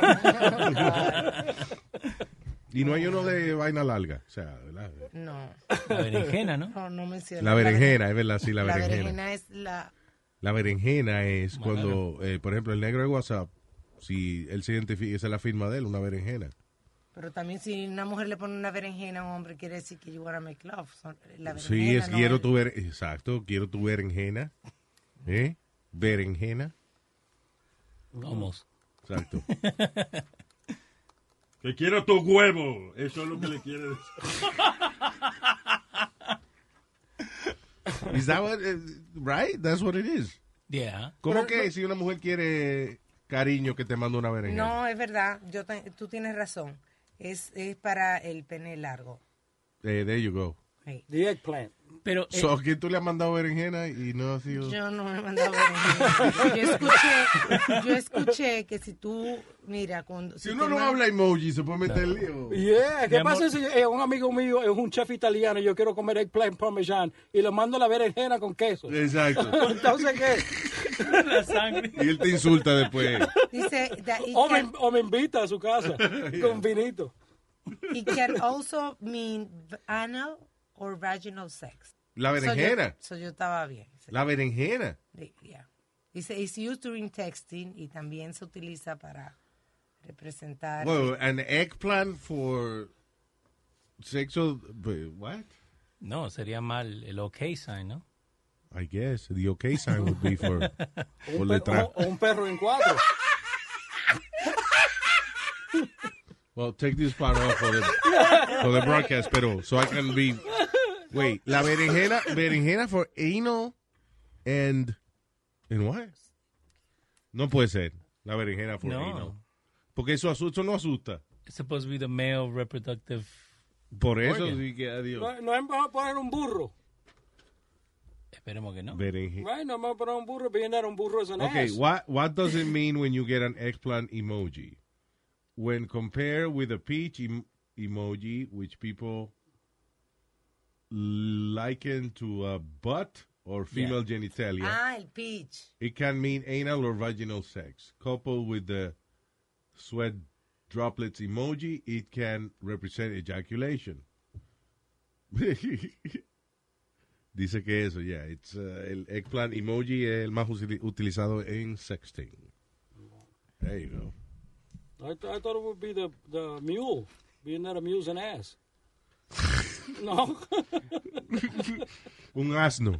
[SPEAKER 2] Y no hay uno de vaina larga. O sea, ¿verdad?
[SPEAKER 9] no,
[SPEAKER 7] La berenjena, ¿no?
[SPEAKER 9] no, no mencioné.
[SPEAKER 2] La berenjena, es verdad, sí, la
[SPEAKER 9] La berenjena,
[SPEAKER 2] berenjena.
[SPEAKER 9] es la...
[SPEAKER 2] La berenjena es cuando, eh, por ejemplo, el negro de WhatsApp, si él se identifica, esa es la firma de él, una berenjena.
[SPEAKER 9] Pero también si una mujer le pone una berenjena a un hombre, quiere decir que you wanna make love. Son- la
[SPEAKER 2] Sí,
[SPEAKER 9] berenjena
[SPEAKER 2] es
[SPEAKER 9] no
[SPEAKER 2] quiero
[SPEAKER 9] el-
[SPEAKER 2] tu ver, exacto, quiero tu berenjena. ¿Eh? Berenjena,
[SPEAKER 11] Almost.
[SPEAKER 2] exacto.
[SPEAKER 4] Que quiero tu huevo. Eso es lo que le quiere decir.
[SPEAKER 2] Is that what, eh, right? That's what it is.
[SPEAKER 11] Yeah.
[SPEAKER 2] ¿Cómo que si una mujer quiere cariño que te manda una berenjena.
[SPEAKER 9] No, es verdad. Yo te- tú tienes razón. Es, es para el pene largo.
[SPEAKER 2] Eh, there you go.
[SPEAKER 10] The eggplant.
[SPEAKER 7] Pero,
[SPEAKER 2] So, ¿a quién tú le has mandado berenjena y no ha sido?
[SPEAKER 9] Yo no me he mandado berenjena. Yo escuché, yo escuché que si tú, mira, cuando...
[SPEAKER 2] Si
[SPEAKER 9] tú
[SPEAKER 2] uno
[SPEAKER 9] te
[SPEAKER 2] no
[SPEAKER 9] mandas-
[SPEAKER 2] habla emoji, se puede meter el lío.
[SPEAKER 10] Yeah,
[SPEAKER 2] Mi
[SPEAKER 10] ¿qué
[SPEAKER 2] amor-
[SPEAKER 10] pasa si eh, un amigo mío es un chef italiano y yo quiero comer eggplant parmesan y le mando la berenjena con queso?
[SPEAKER 2] Exacto.
[SPEAKER 10] Entonces, ¿qué?
[SPEAKER 7] La sangre.
[SPEAKER 2] Y él te insulta después.
[SPEAKER 9] Dice, Eh, that it
[SPEAKER 10] O me,
[SPEAKER 9] can-
[SPEAKER 10] o me invita a su casa con vinito.
[SPEAKER 9] it can also mean anal or vaginal sex.
[SPEAKER 2] La
[SPEAKER 9] So yo-
[SPEAKER 2] berenjena.
[SPEAKER 9] So yo, estaba bien.
[SPEAKER 2] La berenjena.
[SPEAKER 9] Sí, yeah. Dice, it's used during texting y también se utiliza para representar...
[SPEAKER 2] Well, an eggplant for sexo. but What?
[SPEAKER 11] No, sería mal el OK sign, ¿no?
[SPEAKER 2] I guess the okay sign would be for. for
[SPEAKER 11] Un
[SPEAKER 2] letra.
[SPEAKER 11] perro-
[SPEAKER 10] O un perro en cuatro.
[SPEAKER 2] Well, take this part off for the, for the broadcast, pero so I can be. Wait, la berenjena, berenjena for anal and and what? No puede ser. La berenjena for
[SPEAKER 11] No.
[SPEAKER 2] anal. Porque eso, asu- eso no asusta.
[SPEAKER 11] It's supposed to be the male reproductive.
[SPEAKER 2] Por eso
[SPEAKER 11] organ.
[SPEAKER 2] sí que adiós.
[SPEAKER 10] No, no es mejor poner un burro.
[SPEAKER 11] Esperemos que no.
[SPEAKER 2] Berenjena.
[SPEAKER 10] Right? No es mejor poner un burro y llenar un burro E es un
[SPEAKER 2] Okay,
[SPEAKER 10] ass.
[SPEAKER 2] what what does it mean when you get an eggplant emoji? When compared with a peach em- emoji, which people liken to a butt or female genitalia,
[SPEAKER 9] Ah, el peach.
[SPEAKER 2] it can mean anal or vaginal sex. Coupled with the sweat droplets emoji, it can represent ejaculation. Dice que eso, ya. it's, uh, el eggplant emoji es el más usi- utilizado en sexting. There you go.
[SPEAKER 10] I, th- I thought it would be the, the mule. Being that a mule's an ass. no.
[SPEAKER 2] Un asno.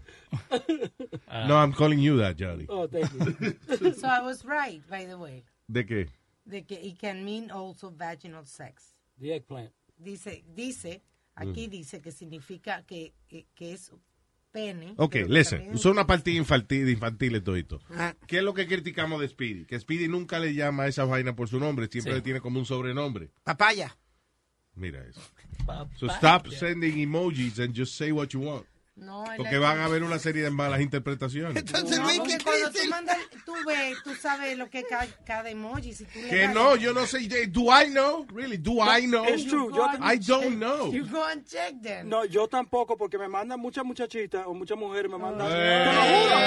[SPEAKER 11] Ah.
[SPEAKER 2] no, I'm calling you that, Johnny.
[SPEAKER 10] Oh, thank you.
[SPEAKER 9] So I was right, by the way.
[SPEAKER 2] ¿De qué?
[SPEAKER 9] De que it can mean also vaginal sex.
[SPEAKER 10] The eggplant.
[SPEAKER 9] Dice, dice,
[SPEAKER 2] Mm.
[SPEAKER 9] aquí dice que significa que, que, que es pene.
[SPEAKER 2] Ok,
[SPEAKER 9] pero que
[SPEAKER 2] listen.
[SPEAKER 9] también-
[SPEAKER 2] Son una partida infantil, infantil todo esto. ¿Qué es lo que criticamos de Speedy? Que Speedy nunca le llama a esa vaina por su nombre, siempre
[SPEAKER 5] Sí.
[SPEAKER 2] le tiene como un sobrenombre.
[SPEAKER 5] Papaya.
[SPEAKER 2] Mira eso. So stop sending emojis and just say what you want.
[SPEAKER 9] No, I
[SPEAKER 2] Porque
[SPEAKER 9] like-
[SPEAKER 2] van a haber una serie de malas interpretaciones.
[SPEAKER 9] No, porque cuando tú mandas, tú ves, tú sabes lo que es ca- cada emoji. Si tú le
[SPEAKER 2] Que
[SPEAKER 9] das-
[SPEAKER 2] no, yo no sé. Do I know? Really? Do I know?
[SPEAKER 10] It's true. Yo te-
[SPEAKER 2] I don't know.
[SPEAKER 9] You go and check them.
[SPEAKER 10] No, yo tampoco, porque me mandan muchas muchachitas o muchas mujeres me mandan. ¡Te lo
[SPEAKER 2] ¡Eh!
[SPEAKER 10] juro!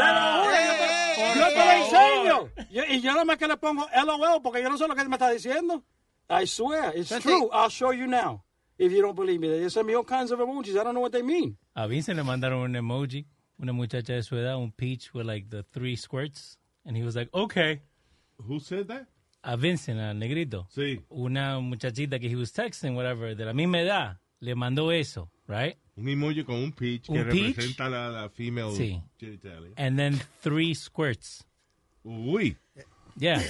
[SPEAKER 10] ¡Te lo juro! yo te- ¡Yo te lo enseño! Yo- y yo nada más que le pongo LOL porque yo no sé lo que me está diciendo. I swear, it's true. I'll show you now. If you don't believe me, they send me all kinds of emojis. I don't know what they mean.
[SPEAKER 11] A Vincent le mandaron un emoji, una muchacha de su edad, un peach with like the three squirts, and he was like, okay.
[SPEAKER 2] Who said that?
[SPEAKER 11] A Vincent, al negrito.
[SPEAKER 2] Sí.
[SPEAKER 11] Una muchachita que he was texting, whatever, de la misma edad, le mandó eso, right?
[SPEAKER 2] Un emoji con un peach que
[SPEAKER 11] Un peach.
[SPEAKER 2] representa la, la female
[SPEAKER 11] Sí.
[SPEAKER 2] genitalia.
[SPEAKER 11] And then three squirts.
[SPEAKER 2] Uy.
[SPEAKER 11] Yeah.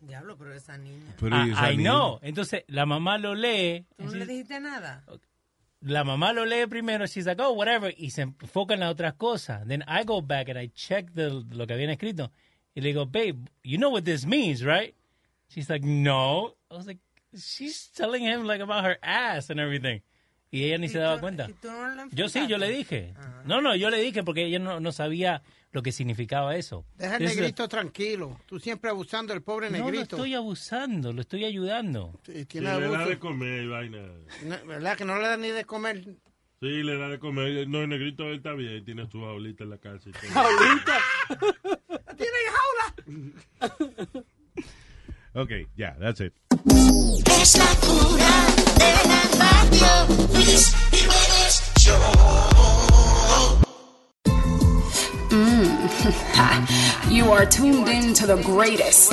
[SPEAKER 9] Diablo, pero esa niña.
[SPEAKER 11] Ah, I know. Entonces, la mamá lo lee.
[SPEAKER 9] ¿Tú no le dijiste nada?
[SPEAKER 11] La mamá lo lee primero. She's like, oh, whatever. Y se enfoca en las otras cosas. Then I go back and I check the, lo que habían escrito. Y le digo, babe, you know what this means, right? She's like, no. I was like, she's telling him like about her ass and everything. Y ella ni se daba cuenta.
[SPEAKER 9] ¿Tú no le
[SPEAKER 11] Yo sí, yo le dije. No, no, yo le dije porque ella no, no sabía lo que significaba eso.
[SPEAKER 12] Deja el
[SPEAKER 11] This is a-
[SPEAKER 12] negrito tranquilo. Tú siempre abusando del pobre
[SPEAKER 11] No lo
[SPEAKER 12] negrito.
[SPEAKER 11] estoy abusando, lo estoy ayudando.
[SPEAKER 12] Sí,
[SPEAKER 4] Sí,
[SPEAKER 12] tiene
[SPEAKER 4] le da
[SPEAKER 12] abuso.
[SPEAKER 4] de comer, y vaina.
[SPEAKER 12] No, ¿Verdad? Que no le da ni de comer.
[SPEAKER 4] Sí, le da de comer. No, el negrito él está bien. Tiene su jaulita en la casa. y todo.
[SPEAKER 2] Okay, yeah, that's it.
[SPEAKER 8] Es la cura de la radio. Luis Jiménez Show.
[SPEAKER 13] Mm. you are tuned in to the greatest.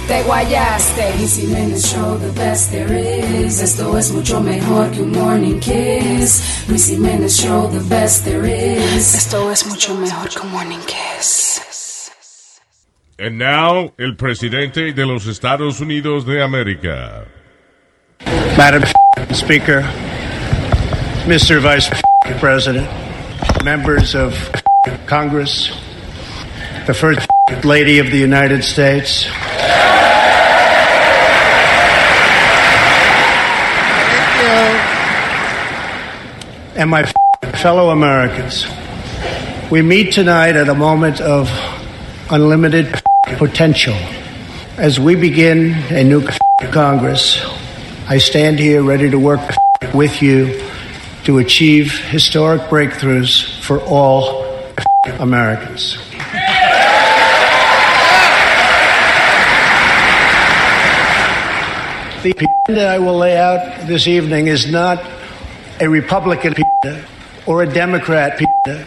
[SPEAKER 14] te guayaste. Y si Jiménez Show, the best there is. Esto es mucho mejor que un morning kiss. Luis Jiménez Show, the best there is. Esto es mucho mejor que un morning kiss.
[SPEAKER 2] And now, el presidente de los Estados Unidos de América.
[SPEAKER 15] Madam Speaker, Mr. Vice President, members of Congress, the First Lady of the United States, and my fellow Americans. We meet tonight at a moment of unlimited potential. As we begin a new Congress, I stand here ready to work with you to achieve historic breakthroughs for all Americans. The agenda I will lay out this evening is not a Republican agenda or a Democrat agenda.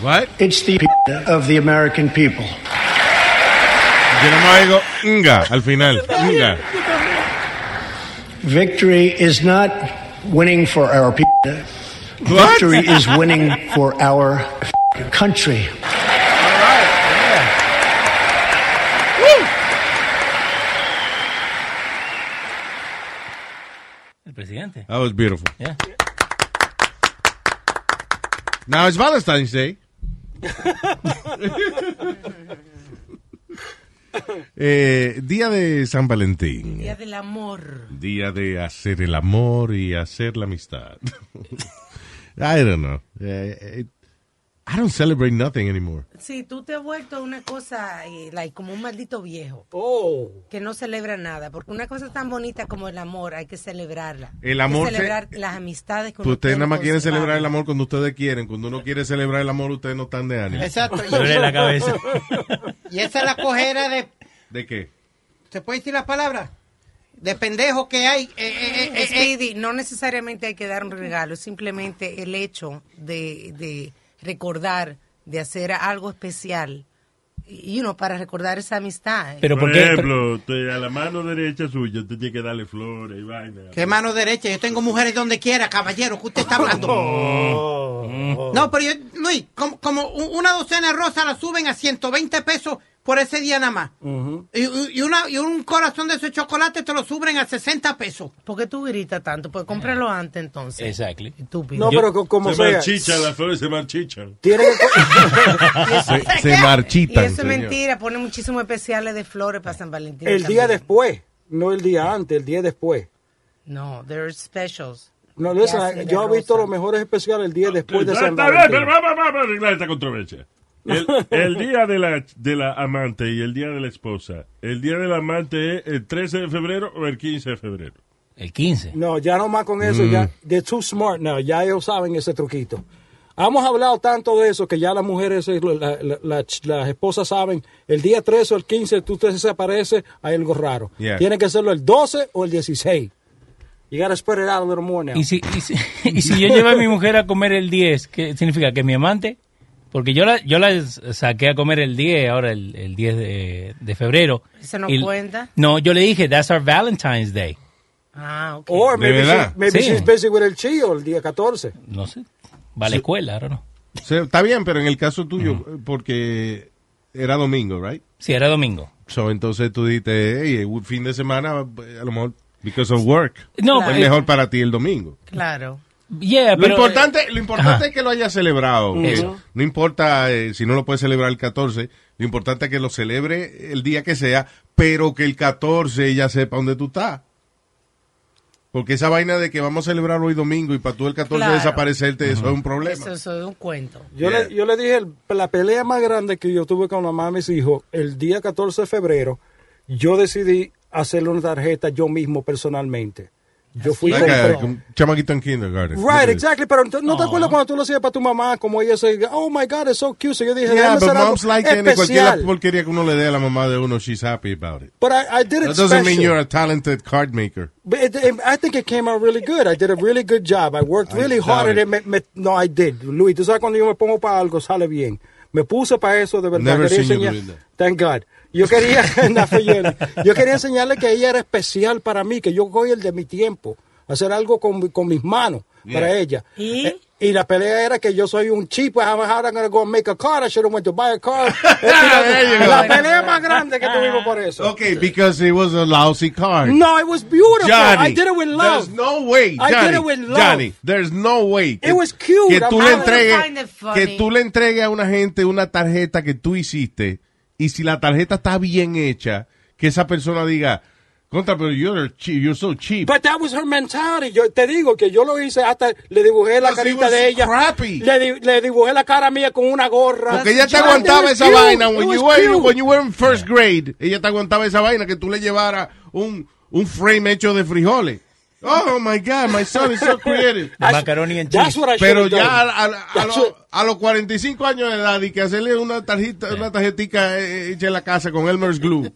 [SPEAKER 2] What?
[SPEAKER 15] It's the agenda of the American people.
[SPEAKER 2] Yo nomás digo, "Nga", al final. "Nga".
[SPEAKER 15] Victory is not winning for our people.
[SPEAKER 2] What?
[SPEAKER 15] Victory is winning for our country.
[SPEAKER 11] El presidente.
[SPEAKER 2] That was beautiful.
[SPEAKER 11] Yeah.
[SPEAKER 2] Now it's Valentine's Day. Eh, día de San Valentín.
[SPEAKER 9] Día del amor.
[SPEAKER 2] Día de hacer el amor y hacer la amistad. I don't know. Eh, it- I don't celebrate nothing anymore.
[SPEAKER 9] Sí, tú te has vuelto una cosa eh, like, como un maldito viejo.
[SPEAKER 5] Oh.
[SPEAKER 9] Que no celebra nada. Porque una cosa tan bonita como el amor hay que celebrarla.
[SPEAKER 2] El
[SPEAKER 9] Hay que
[SPEAKER 2] amor se-
[SPEAKER 9] celebrar las amistades con
[SPEAKER 2] Pues ustedes nada más quieren celebrar el amor cuando ustedes quieren. Cuando uno quiere celebrar el amor, ustedes no están de ánimo.
[SPEAKER 5] Exacto.
[SPEAKER 2] Me duele la cabeza.
[SPEAKER 5] Y esa es la cojera de.
[SPEAKER 2] ¿De qué?
[SPEAKER 5] ¿Se puede decir la palabra? De pendejo que hay. eh, eh, eh, eh,
[SPEAKER 9] Speedy, no necesariamente hay que dar un regalo, es simplemente el hecho de, de recordar, de hacer algo especial, y you know, para recordar esa amistad.
[SPEAKER 4] por, ejemplo, te- a la mano derecha suya, usted tiene que darle flores y vaina.
[SPEAKER 5] ¿Qué mano derecha? Yo tengo mujeres donde quiera, caballero, que usted está hablando.
[SPEAKER 4] Oh.
[SPEAKER 5] No, pero yo, Luis, como, como u- una docena de rosas la suben a 120 pesos por ese día nada más. Y, y una, y un corazón de ese chocolate te lo suben a 60 pesos. Eh,
[SPEAKER 9] ¿Por qué tú gritas tanto? Pues cómpralo antes entonces.
[SPEAKER 11] Exactly.
[SPEAKER 9] No, pero co- como
[SPEAKER 4] se
[SPEAKER 9] sea.
[SPEAKER 4] marchichan, las flores se marchichan.
[SPEAKER 10] Tiene
[SPEAKER 2] se, se marchitan.
[SPEAKER 9] y eso es
[SPEAKER 2] señor.
[SPEAKER 9] mentira, pone muchísimos especiales de flores para San Valentín.
[SPEAKER 10] El día
[SPEAKER 9] también.
[SPEAKER 10] después, no el día antes, el día después.
[SPEAKER 9] No, there's specials.
[SPEAKER 10] No,
[SPEAKER 9] Que
[SPEAKER 10] listen,
[SPEAKER 9] hacen de
[SPEAKER 10] yo he visto los mejores especiales el día después de San Valentín.
[SPEAKER 4] pero vamos, vamos a arreglar esta controversia. El, el día de la, de la amante y el día de la esposa. El día del amante es el 13 de febrero o el 15 de febrero.
[SPEAKER 11] El 15.
[SPEAKER 10] No, ya no más con eso,
[SPEAKER 4] Mm.
[SPEAKER 10] ya, they're too smart now, ya ellos saben ese truquito. Hemos hablado tanto de eso que ya las mujeres, eh, la- la- la ch- las esposas saben, el día 13 o el 15 tú te desapareces, hay algo raro.
[SPEAKER 11] Yeah.
[SPEAKER 10] Tiene que hacerlo el 12 o el 16. You gotta spread it out a little more now.
[SPEAKER 11] Y si, y, si, y si yo llevo a mi mujer a comer el 10, ¿qué significa? ¿Que mi amante? Porque yo la, yo la saqué a comer el 10, ahora el, el 10 de, de febrero.
[SPEAKER 9] ¿Eso no
[SPEAKER 11] Y-
[SPEAKER 9] cuenta?
[SPEAKER 11] No, yo le dije, that's our Valentine's Day.
[SPEAKER 9] Ah, ok.
[SPEAKER 10] Or
[SPEAKER 11] ¿De
[SPEAKER 10] maybe,
[SPEAKER 11] verdad?
[SPEAKER 10] she- maybe
[SPEAKER 11] Sí.
[SPEAKER 10] she's busy with el chio el día 14.
[SPEAKER 11] No sé. Va a la escuela, ahora no.
[SPEAKER 2] Sí, está bien, pero en el caso tuyo, porque era domingo, ¿right?
[SPEAKER 11] Sí, era domingo.
[SPEAKER 2] So, entonces tú dijiste, hey, un fin de semana, a lo mejor, because of work.
[SPEAKER 11] No,
[SPEAKER 2] es
[SPEAKER 11] pero-
[SPEAKER 2] mejor para ti el domingo.
[SPEAKER 9] Claro.
[SPEAKER 11] Yeah,
[SPEAKER 2] Lo
[SPEAKER 11] pero- eh,
[SPEAKER 2] importante, lo importante
[SPEAKER 11] Ajá.
[SPEAKER 2] es que lo hayas celebrado. que
[SPEAKER 11] Eso.
[SPEAKER 2] No importa eh, si no lo puedes celebrar el 14, lo importante es que lo celebre el día que sea, pero que el 14 ya sepa dónde tú estás. Porque esa vaina de que vamos a celebrar hoy domingo y para tú el 14
[SPEAKER 9] Claro.
[SPEAKER 2] desaparecerte, eso es un problema.
[SPEAKER 9] Eso, eso es un cuento.
[SPEAKER 10] Yo, le, yo le dije, el- la pelea más grande que yo tuve con la mamá de mis hijos, el día 14 de febrero, yo decidí hacerle una tarjeta yo mismo personalmente. Yo fui
[SPEAKER 2] Like
[SPEAKER 10] compré-
[SPEAKER 2] a- un chamaquito en kindergarten.
[SPEAKER 10] Right, exactly, pero ento-
[SPEAKER 2] Ah.
[SPEAKER 10] no te acuerdas cuando tú lo hacías para tu mamá, como ella se oh my God, it's so cute. So yo dije,
[SPEAKER 2] Yeah,
[SPEAKER 10] déjame
[SPEAKER 2] but
[SPEAKER 10] hacer algo
[SPEAKER 2] mom's like that, cualquier
[SPEAKER 10] especial.
[SPEAKER 2] porquería que uno le dé a la mamá de uno, she's happy about it.
[SPEAKER 10] But I, I did it
[SPEAKER 2] That doesn't mean
[SPEAKER 10] special.
[SPEAKER 2] you're a talented card maker.
[SPEAKER 10] But it, it- I think it came out really good. I did a really good job. I worked really
[SPEAKER 2] doubt
[SPEAKER 10] hard at
[SPEAKER 2] it.
[SPEAKER 10] it. Me- me- no, I did. Luis, tú sabes cuando yo me pongo para algo, sale bien. Me puse para eso de verdad.
[SPEAKER 4] Never
[SPEAKER 10] Quería
[SPEAKER 4] seen you
[SPEAKER 10] enseñar-
[SPEAKER 4] doing that.
[SPEAKER 10] Thank God. Yo quería, no, fue yo. yo quería enseñarle que ella era especial para mí, que yo cogí el de mi tiempo, hacer algo con, mi- con mis manos para
[SPEAKER 12] Yeah.
[SPEAKER 10] ella. Eh, Y la pelea era que yo soy un cheap, I'm how I'm gonna go and make a car, I should have went to buy a car.
[SPEAKER 2] you go.
[SPEAKER 10] la pelea más grande que tuvimos por eso.
[SPEAKER 2] Okay, because it was a lousy card.
[SPEAKER 10] No, it was beautiful.
[SPEAKER 2] Johnny,
[SPEAKER 10] I did it with love.
[SPEAKER 2] there's no way, Johnny,
[SPEAKER 10] I did it with love.
[SPEAKER 2] Johnny, there's no way. que-
[SPEAKER 10] It was cute.
[SPEAKER 2] Que tú,
[SPEAKER 10] I
[SPEAKER 2] le
[SPEAKER 10] would find
[SPEAKER 2] entregues,
[SPEAKER 10] it funny.
[SPEAKER 2] que tú le entregues a una gente una tarjeta que tú hiciste y si la tarjeta está bien hecha, que esa persona diga, contra, pero you're, cheap, you're so cheap.
[SPEAKER 10] But that was her mentality. Yo te digo que yo lo hice hasta le dibujé la
[SPEAKER 2] Because he
[SPEAKER 10] carita
[SPEAKER 2] was
[SPEAKER 10] de ella.
[SPEAKER 2] crappy.
[SPEAKER 10] Le, di- le dibujé la cara mía con una gorra.
[SPEAKER 2] Porque ella te
[SPEAKER 10] Johnny,
[SPEAKER 2] aguantaba
[SPEAKER 10] it
[SPEAKER 2] esa
[SPEAKER 10] was
[SPEAKER 2] vaina.
[SPEAKER 10] cute.
[SPEAKER 2] When
[SPEAKER 10] It
[SPEAKER 2] you,
[SPEAKER 10] was
[SPEAKER 2] were,
[SPEAKER 10] cute.
[SPEAKER 2] when you were in first grade, ella te aguantaba esa vaina que tú le llevara un, un frame hecho de frijoles. Oh my God, my son is so creative.
[SPEAKER 11] Macaroni and cheese.
[SPEAKER 2] Pero ya a, a- a los- a los 45 años de edad y que hacerle una tarjeta, una tarjetica eh, eh, hecha en la casa con Elmer's Glue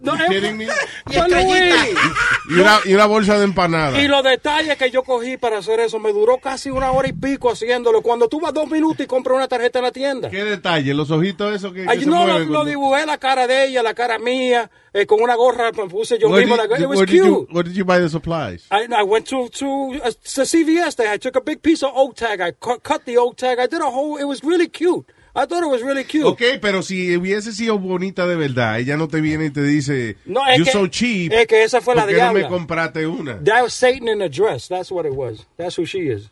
[SPEAKER 10] No,
[SPEAKER 2] You kidding me?
[SPEAKER 10] Y estrellita.
[SPEAKER 2] y una, y una bolsa de empanada.
[SPEAKER 10] Y los detalles que yo cogí para hacer eso me duró casi una hora y pico haciéndolo. Cuando tú vas dos minutos y compras una tarjeta en la tienda.
[SPEAKER 2] ¿Qué detalle? Los ojitos esos que, que
[SPEAKER 10] Ay,
[SPEAKER 2] se
[SPEAKER 10] no, lo,
[SPEAKER 2] mueven.
[SPEAKER 10] lo
[SPEAKER 2] cuando-
[SPEAKER 10] dibujé la cara de ella, la cara mía, eh, con una gorra me puse yo
[SPEAKER 2] Where
[SPEAKER 10] mismo la
[SPEAKER 2] did-
[SPEAKER 10] gorra. It was
[SPEAKER 2] where did you-
[SPEAKER 10] cute.
[SPEAKER 2] where did you buy the supplies?
[SPEAKER 10] I, I went to to, uh, to CVS. There, I took a big piece of oak tag. I cut, cut the oak tag. I did a whole. It was really cute. I thought it was really cute.
[SPEAKER 2] Ok, pero si hubiese sido bonita de verdad, ella no te viene y te dice,
[SPEAKER 10] No, es
[SPEAKER 2] you
[SPEAKER 10] que-
[SPEAKER 2] so cheap,
[SPEAKER 10] es que esa fue la
[SPEAKER 2] ¿por qué no me
[SPEAKER 10] diabla?
[SPEAKER 2] compraste una?
[SPEAKER 10] That was Satan in a dress. That's what it was. That's who she is.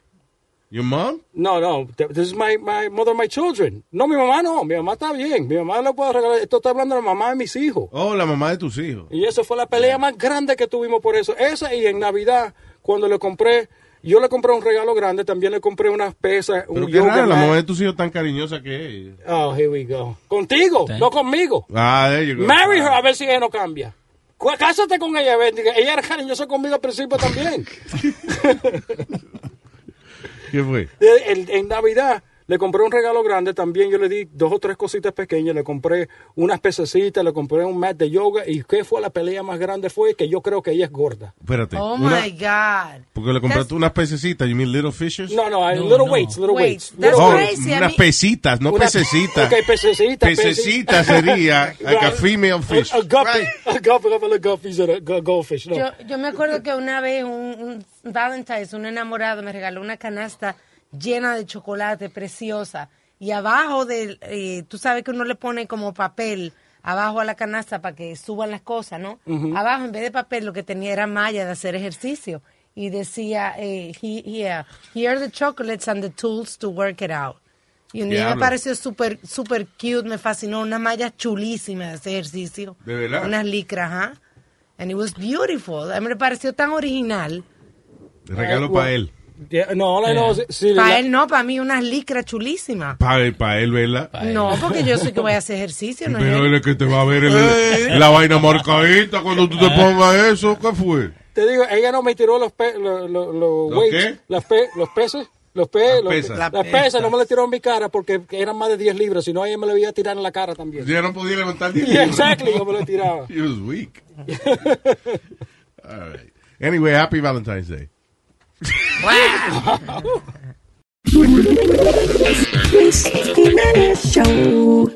[SPEAKER 2] Your mom?
[SPEAKER 10] No, no. th- This is my, my mother, my children. No, mi mamá no. Mi mamá está bien. Mi mamá le puedo regalar. Esto está hablando de la mamá de mis hijos.
[SPEAKER 2] Oh, la mamá de tus hijos.
[SPEAKER 10] Y esa fue la pelea más grande que tuvimos por eso. Esa y en Navidad, cuando le compré, yo le compré un regalo grande, también le compré unas pesas, un
[SPEAKER 2] Pero qué
[SPEAKER 10] yoga
[SPEAKER 2] raro, la
[SPEAKER 10] mat.
[SPEAKER 2] mamá de tus hijos tan cariñosa que es.
[SPEAKER 10] Oh, here we go. Contigo, no conmigo.
[SPEAKER 2] Ah, there you go.
[SPEAKER 10] Marry her, a ver si ella no cambia. Cu- Cásate con ella, a ver, diga, ella era cariñosa conmigo al principio también.
[SPEAKER 2] ¿Qué fue?
[SPEAKER 10] Eh, el- en Navidad le compré un regalo grande también. Yo le di dos o tres cositas pequeñas. Le compré unas pececitas, le compré un mat de yoga. ¿Y qué fue la pelea más grande? Fue que yo creo que ella es gorda.
[SPEAKER 2] Espérate.
[SPEAKER 9] Oh
[SPEAKER 2] una-
[SPEAKER 9] my God.
[SPEAKER 2] porque le compraste unas pececitas, you mean little fishes?
[SPEAKER 10] No, no, I- little weights, little weights.
[SPEAKER 9] Weights, that's
[SPEAKER 10] Little
[SPEAKER 2] Oh,
[SPEAKER 10] weights.
[SPEAKER 2] unas pesitas, no
[SPEAKER 10] Una-
[SPEAKER 2] pececitas.
[SPEAKER 10] Ok, pececitas.
[SPEAKER 2] Pececitas sería like a female fish.
[SPEAKER 10] A, a guppy, a guppy, a little guppies and a gu- goldfish. No.
[SPEAKER 9] Yo, yo me acuerdo que una vez un, un Valentine's, un enamorado, me regaló una canasta llena de chocolate, preciosa. Y abajo del, eh, tú sabes que uno le pone como papel abajo a la canasta para que suban las cosas, ¿no?
[SPEAKER 16] Ujú.
[SPEAKER 9] Abajo, en vez de papel, lo que tenía era malla de hacer ejercicio. Y decía, eh, he- yeah, here are the chocolates and the tools to work it out. Y a mí me
[SPEAKER 2] Diablo.
[SPEAKER 9] pareció súper, súper cute, me fascinó. Una malla chulísima de hacer ejercicio.
[SPEAKER 2] De verdad.
[SPEAKER 9] Unas licras, ajá. And it was beautiful. A mí me pareció tan original.
[SPEAKER 2] Regalo para él.
[SPEAKER 10] Uh, Yeah, no, all I know is- sí,
[SPEAKER 9] para
[SPEAKER 10] la-
[SPEAKER 9] él no, para mí unas licras chulísimas.
[SPEAKER 2] Para él, ¿verdad?
[SPEAKER 9] No, porque yo soy que voy a hacer ejercicio. No
[SPEAKER 2] Pero
[SPEAKER 9] yo-
[SPEAKER 2] él es que te va a ver
[SPEAKER 10] Eh.
[SPEAKER 2] el- la vaina marcadita cuando tú te
[SPEAKER 10] Ah.
[SPEAKER 2] pongas eso. ¿Qué fue?
[SPEAKER 10] Te digo, ella no me tiró los pe, lo, lo- lo
[SPEAKER 2] ¿Los
[SPEAKER 10] weights,
[SPEAKER 2] qué?
[SPEAKER 10] las pe- los pesos. Los pe, los-
[SPEAKER 2] pesas.
[SPEAKER 10] las
[SPEAKER 2] Las
[SPEAKER 10] pesas
[SPEAKER 2] pesas.
[SPEAKER 10] no me las tiró en mi cara porque eran más de 10 libras, si no ella me lo iba a tirar en la cara también.
[SPEAKER 2] Ya no podía levantar ni
[SPEAKER 10] Yeah, exactly, yo me lo tiraba.
[SPEAKER 2] He was weak. All right. Anyway, happy Valentine's Day.
[SPEAKER 14] Luis Jiménez Show.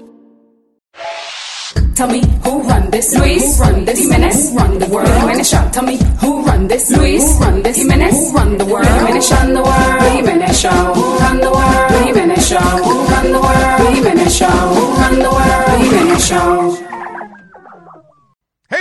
[SPEAKER 14] Tell me who run this? Luis who run this? Jimenez who run the world? Jimenez show. Tell me who run this? Luis who run this? Jimenez who run the world? Jimenez run the world? Jimenez show. Who run the world? Jimenez show. Who run the world? Jimenez show. Who run the world? Jimenez show.
[SPEAKER 2] Hey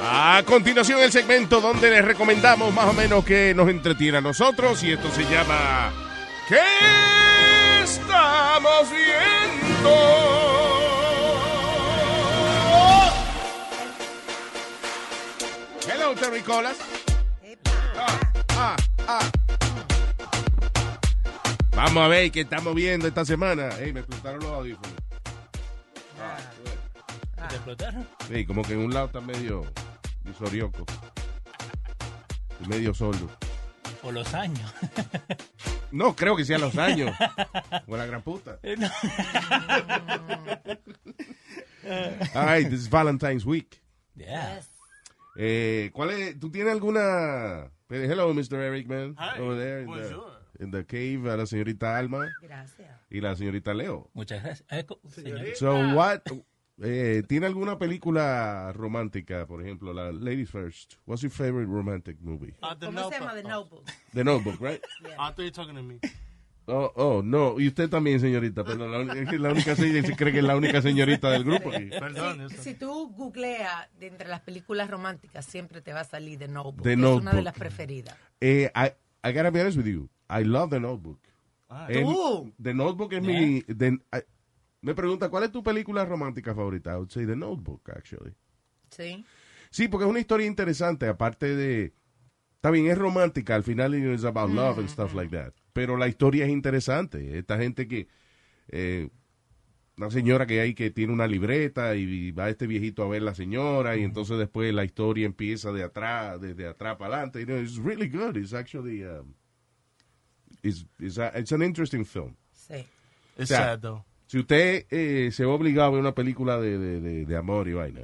[SPEAKER 2] A continuación el segmento donde les recomendamos más o menos que nos entretiene a nosotros y esto se llama ¿Qué estamos viendo? Hello Terry Colas. Ah, ah, ah. Vamos a ver qué estamos viendo esta semana. Ey, me explotaron los audífonos.
[SPEAKER 11] ¿Te explotaron?
[SPEAKER 2] Sí, como que en un lado está medio y Sorioco. El medio sordo.
[SPEAKER 11] Por los años.
[SPEAKER 2] No, creo que sea los años. O la gran puta. All right, this is Valentine's Week.
[SPEAKER 11] Yeah.
[SPEAKER 2] Eh, ¿Cuál es? ¿Tú tienes alguna? Eh, Hello, Mr. Eric, man.
[SPEAKER 11] Hi,
[SPEAKER 2] Over there in the, in the cave, a la señorita Alma.
[SPEAKER 9] Gracias.
[SPEAKER 2] Y la señorita Leo.
[SPEAKER 11] Muchas gracias. Eh, co- señor.
[SPEAKER 2] So, what? Eh, ¿Tiene alguna película romántica, por ejemplo, la Ladies First? What's your favorite romantic movie?
[SPEAKER 16] Uh, the
[SPEAKER 9] ¿Cómo se
[SPEAKER 16] notebook. Ah,
[SPEAKER 9] llama? The Notebook.
[SPEAKER 2] The Notebook, right?
[SPEAKER 16] I thought you were talking to me.
[SPEAKER 2] Oh, oh, no. Y usted también, señorita. Perdón, la, uni- es la única señorita, se cree que es la única señorita del grupo. aquí.
[SPEAKER 16] Perdón,
[SPEAKER 9] Si, si tú googleas de entre las películas románticas, siempre te va a salir The Notebook.
[SPEAKER 2] The
[SPEAKER 9] es una de
[SPEAKER 2] Notebook.
[SPEAKER 9] las preferidas.
[SPEAKER 2] Eh, I, I gotta be honest with you. I love The Notebook.
[SPEAKER 9] Ah.
[SPEAKER 2] Eh,
[SPEAKER 9] Tú.
[SPEAKER 2] The Notebook es mi... the- I- me pregunta, ¿cuál es tu película romántica favorita? I would say The Notebook, actually.
[SPEAKER 9] Sí.
[SPEAKER 2] Sí, porque es una historia interesante, aparte de... Está bien, es romántica, al final es about love and stuff like that. Pero la historia es interesante. Esta gente que... eh, una señora que hay que tiene una libreta y va este viejito a ver la señora y entonces después la historia empieza de atrás, desde atrás para adelante. You know, it's really good. It's actually... um, it's, it's a- it's an interesting film.
[SPEAKER 9] Sí.
[SPEAKER 16] It's
[SPEAKER 2] O sea,
[SPEAKER 16] sad, though.
[SPEAKER 2] Si usted eh, se ve obligado a ver una película de, de, de, de amor y vaina,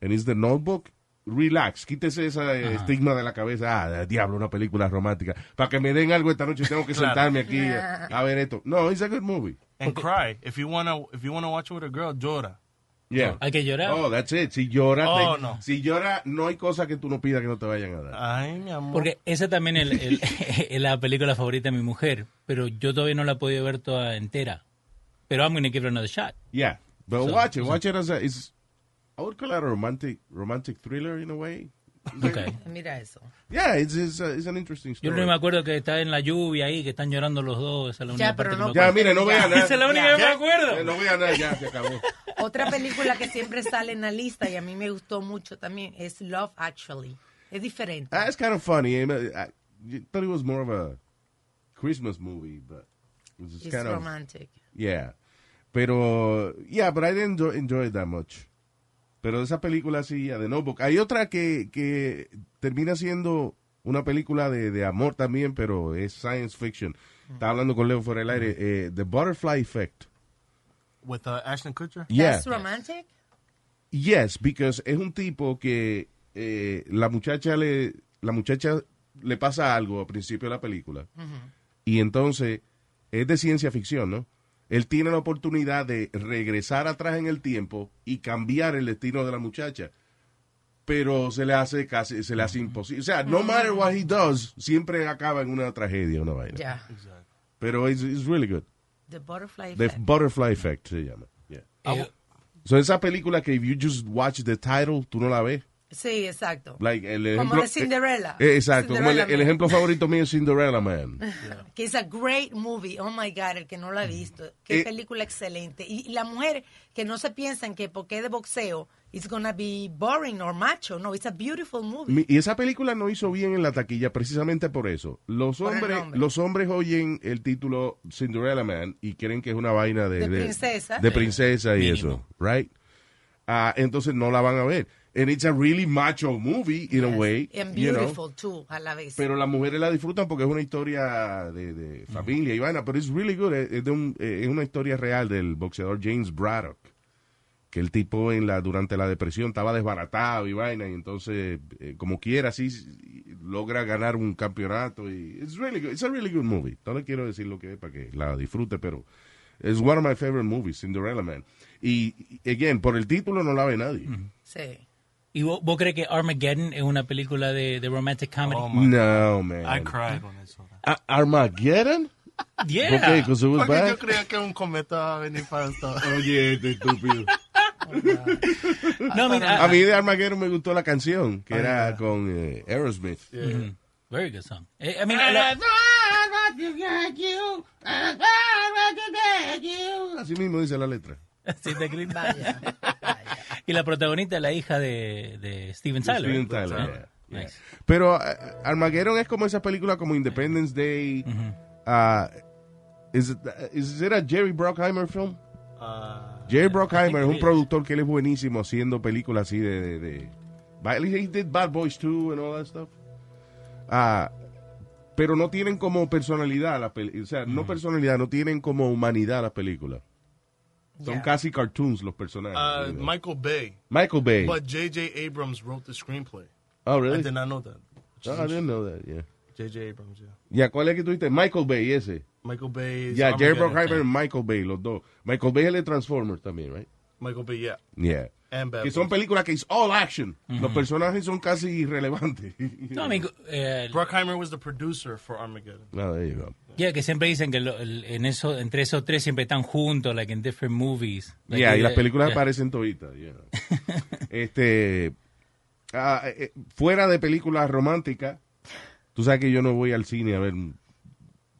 [SPEAKER 2] and it's The Notebook, relax, quítese ese
[SPEAKER 16] Ajá.
[SPEAKER 2] estigma de la cabeza. Ah, diablo, una película romántica. Para que me den algo esta noche, tengo que
[SPEAKER 16] Claro.
[SPEAKER 2] sentarme aquí eh,
[SPEAKER 16] Yeah.
[SPEAKER 2] a ver esto. No, it's a good movie.
[SPEAKER 16] And cry if you wanna if you wanna watch it with a girl, llora.
[SPEAKER 2] Yeah.
[SPEAKER 11] Hay que llorar.
[SPEAKER 2] Oh, that's it. Si llora,
[SPEAKER 16] Oh,
[SPEAKER 2] te-
[SPEAKER 16] no.
[SPEAKER 2] si llora, no hay cosa que tú no pidas que no te vayan a dar.
[SPEAKER 16] Ay, mi amor.
[SPEAKER 11] Porque esa también es el- el- la película favorita de mi mujer, pero yo todavía no la he podido ver toda entera. Pero I'm going to give it another shot.
[SPEAKER 2] Yeah, but
[SPEAKER 11] So-
[SPEAKER 2] watch it.
[SPEAKER 11] so-
[SPEAKER 2] Watch it as a. It's, I would call it a romantic romantic thriller in a way.
[SPEAKER 11] Okay.
[SPEAKER 9] Mira eso.
[SPEAKER 2] Yeah, it's it's, a, it's an interesting
[SPEAKER 11] Yo
[SPEAKER 2] story.
[SPEAKER 11] no me acuerdo que está en la lluvia ahí, que están llorando los dos. Esa es la única
[SPEAKER 9] Ya, pero
[SPEAKER 11] parte que
[SPEAKER 9] no-
[SPEAKER 11] me
[SPEAKER 2] Ya,
[SPEAKER 11] acuerdo.
[SPEAKER 2] mire, no vea nada.
[SPEAKER 11] Esa es la única
[SPEAKER 2] Ya.
[SPEAKER 11] que me acuerdo.
[SPEAKER 2] Eh, No voy a nada, ya se acabó.
[SPEAKER 9] Otra película que siempre sale en la lista y a mí me gustó mucho también es Love Actually. Es diferente.
[SPEAKER 2] That's kind of funny. eh, but I, I thought it was more of a Christmas movie, but it's just
[SPEAKER 9] It's
[SPEAKER 2] kind
[SPEAKER 9] romantic.
[SPEAKER 2] of yeah. Pero yeah, but I didn't enjoy, enjoy it that much. Pero esa película sí, de Notebook. Hay otra que, que termina siendo una película de, de amor también, pero es science fiction.
[SPEAKER 9] Mm.
[SPEAKER 2] Estaba hablando con Leo fuera del aire. eh, The Butterfly Effect.
[SPEAKER 16] With uh, Ashton Kutcher.
[SPEAKER 2] Yeah.
[SPEAKER 9] That's romantic.
[SPEAKER 2] Yes, because es un tipo que eh, la muchacha le la muchacha le pasa algo al principio de la película y entonces es de ciencia ficción, ¿no? Él tiene la oportunidad de regresar atrás en el tiempo y cambiar el destino de la muchacha, pero se le hace casi se le hace imposible. O sea,
[SPEAKER 9] Mm.
[SPEAKER 2] no matter what he does, siempre acaba en una tragedia, una vaina.
[SPEAKER 9] Yeah.
[SPEAKER 2] Pero it's, it's really good.
[SPEAKER 9] The Butterfly
[SPEAKER 2] The
[SPEAKER 9] Effect.
[SPEAKER 2] Butterfly Effect se llama. Yeah. So esa película que if you just watch the title, tú no la ves.
[SPEAKER 9] Sí, exacto.
[SPEAKER 2] Like, el
[SPEAKER 9] Como
[SPEAKER 2] ejemplo,
[SPEAKER 9] de Cinderella.
[SPEAKER 2] Eh, eh, exacto. como el-
[SPEAKER 9] Cinderella
[SPEAKER 2] el,
[SPEAKER 9] Man.
[SPEAKER 2] ejemplo favorito mío es Cinderella Man.
[SPEAKER 9] Que es a great movie. Oh my God, el que no lo ha visto. Qué
[SPEAKER 2] Eh.
[SPEAKER 9] película excelente. Y y la mujer que no se piensan que porque es de boxeo, it's gonna be boring or macho. No, it's a beautiful movie.
[SPEAKER 2] Mi- Y esa película no hizo bien en la taquilla precisamente por eso. Los
[SPEAKER 9] Por el
[SPEAKER 2] hombres,
[SPEAKER 9] nombre.
[SPEAKER 2] los hombres oyen el título Cinderella Man y creen que es una vaina de,
[SPEAKER 9] De princesa.
[SPEAKER 2] de princesa y
[SPEAKER 16] Mínimo.
[SPEAKER 2] eso, right? Ah, entonces no la van a ver. And it's a really macho movie in a way,
[SPEAKER 9] And
[SPEAKER 2] you know.
[SPEAKER 9] beautiful too, a la vez.
[SPEAKER 2] Pero las mujeres la disfrutan porque es una historia de, de familia, Ivana, pero es really good. Es, es de un- eh, es una historia real del boxeador James Braddock, que el tipo en la durante la depresión estaba desbaratado y vaina, y entonces, eh, como quiera, sí s- logra ganar un campeonato. y It's, really good. It's a really good movie. No le quiero decir lo que es para que la disfrute, pero es one of my favorite movies, Cinderella Man. Y, y, again, por el título no la ve nadie.
[SPEAKER 9] Sí.
[SPEAKER 11] ¿Y vos, vos crees que Armageddon es una película de, de romantic
[SPEAKER 2] Oh
[SPEAKER 11] comedy?
[SPEAKER 2] no, man.
[SPEAKER 11] Oh, I cried
[SPEAKER 16] when I
[SPEAKER 2] saw that. Armageddon? Okay, 'cause it was
[SPEAKER 16] Porque
[SPEAKER 2] bad. Oh,
[SPEAKER 16] yo creía que un cometa va a venir para esto.
[SPEAKER 2] Oye, este estúpido.
[SPEAKER 11] No, mira,
[SPEAKER 2] a mí de Armageddon me gustó la canción que era con eh, Aerosmith.
[SPEAKER 11] Mhm. Very good song. Eh, I mean,
[SPEAKER 2] Ah,
[SPEAKER 11] la-
[SPEAKER 2] Así mismo dice la letra.
[SPEAKER 11] Sí, te grito. y la protagonista es la hija de, de Steven
[SPEAKER 2] De
[SPEAKER 11] Tyler.
[SPEAKER 2] Steven Tyler,
[SPEAKER 11] Ah,
[SPEAKER 2] yeah,
[SPEAKER 11] nice.
[SPEAKER 2] Pero eh, Armageddon es como esa película como Independence Day. ah, is, it, is it a Jerry Bruckheimer film?
[SPEAKER 16] Uh,
[SPEAKER 2] Jerry Bruckheimer es un productor que él es buenísimo haciendo películas así de, de, de- But at least he did Bad Boys 2 and all that stuff. Ah, pero no tienen como personalidad la película. O sea, no personalidad, no tienen como humanidad la película. Son
[SPEAKER 16] Yeah.
[SPEAKER 2] casi cartoons los personajes.
[SPEAKER 16] Uh,
[SPEAKER 2] you know.
[SPEAKER 16] Michael Bay.
[SPEAKER 2] Oh, Michael Bay.
[SPEAKER 16] But J.J. Abrams wrote the screenplay.
[SPEAKER 2] Oh, really?
[SPEAKER 16] I did not know that.
[SPEAKER 2] Oh, I didn't know that, yeah.
[SPEAKER 16] J.J. Abrams, yeah.
[SPEAKER 2] Ya, ¿cuál es que tuviste? Michael Bay, ese.
[SPEAKER 16] Michael Bay is
[SPEAKER 2] Ya, Jerry
[SPEAKER 16] Armageddon,
[SPEAKER 2] Bruckheimer
[SPEAKER 16] I
[SPEAKER 2] y
[SPEAKER 16] think.
[SPEAKER 2] Michael Bay, los dos. Michael Bay es el de Transformers también, right?
[SPEAKER 16] Michael Bay, yeah.
[SPEAKER 2] Yeah.
[SPEAKER 16] And Bad
[SPEAKER 2] que son películas que es all action. Los personajes son casi irrelevantes.
[SPEAKER 16] No, amigo. Bruckheimer was the producer for Armageddon.
[SPEAKER 2] No, there you go.
[SPEAKER 11] Yeah, que siempre dicen que lo- el- en eso, entre esos tres siempre están juntos, like in different movies. Like,
[SPEAKER 2] Yeah, y las
[SPEAKER 11] eh,
[SPEAKER 2] películas
[SPEAKER 11] yeah.
[SPEAKER 2] aparecen toditas. yeah. este, ah, eh, fuera de películas románticas, tú sabes que yo no voy al cine a ver.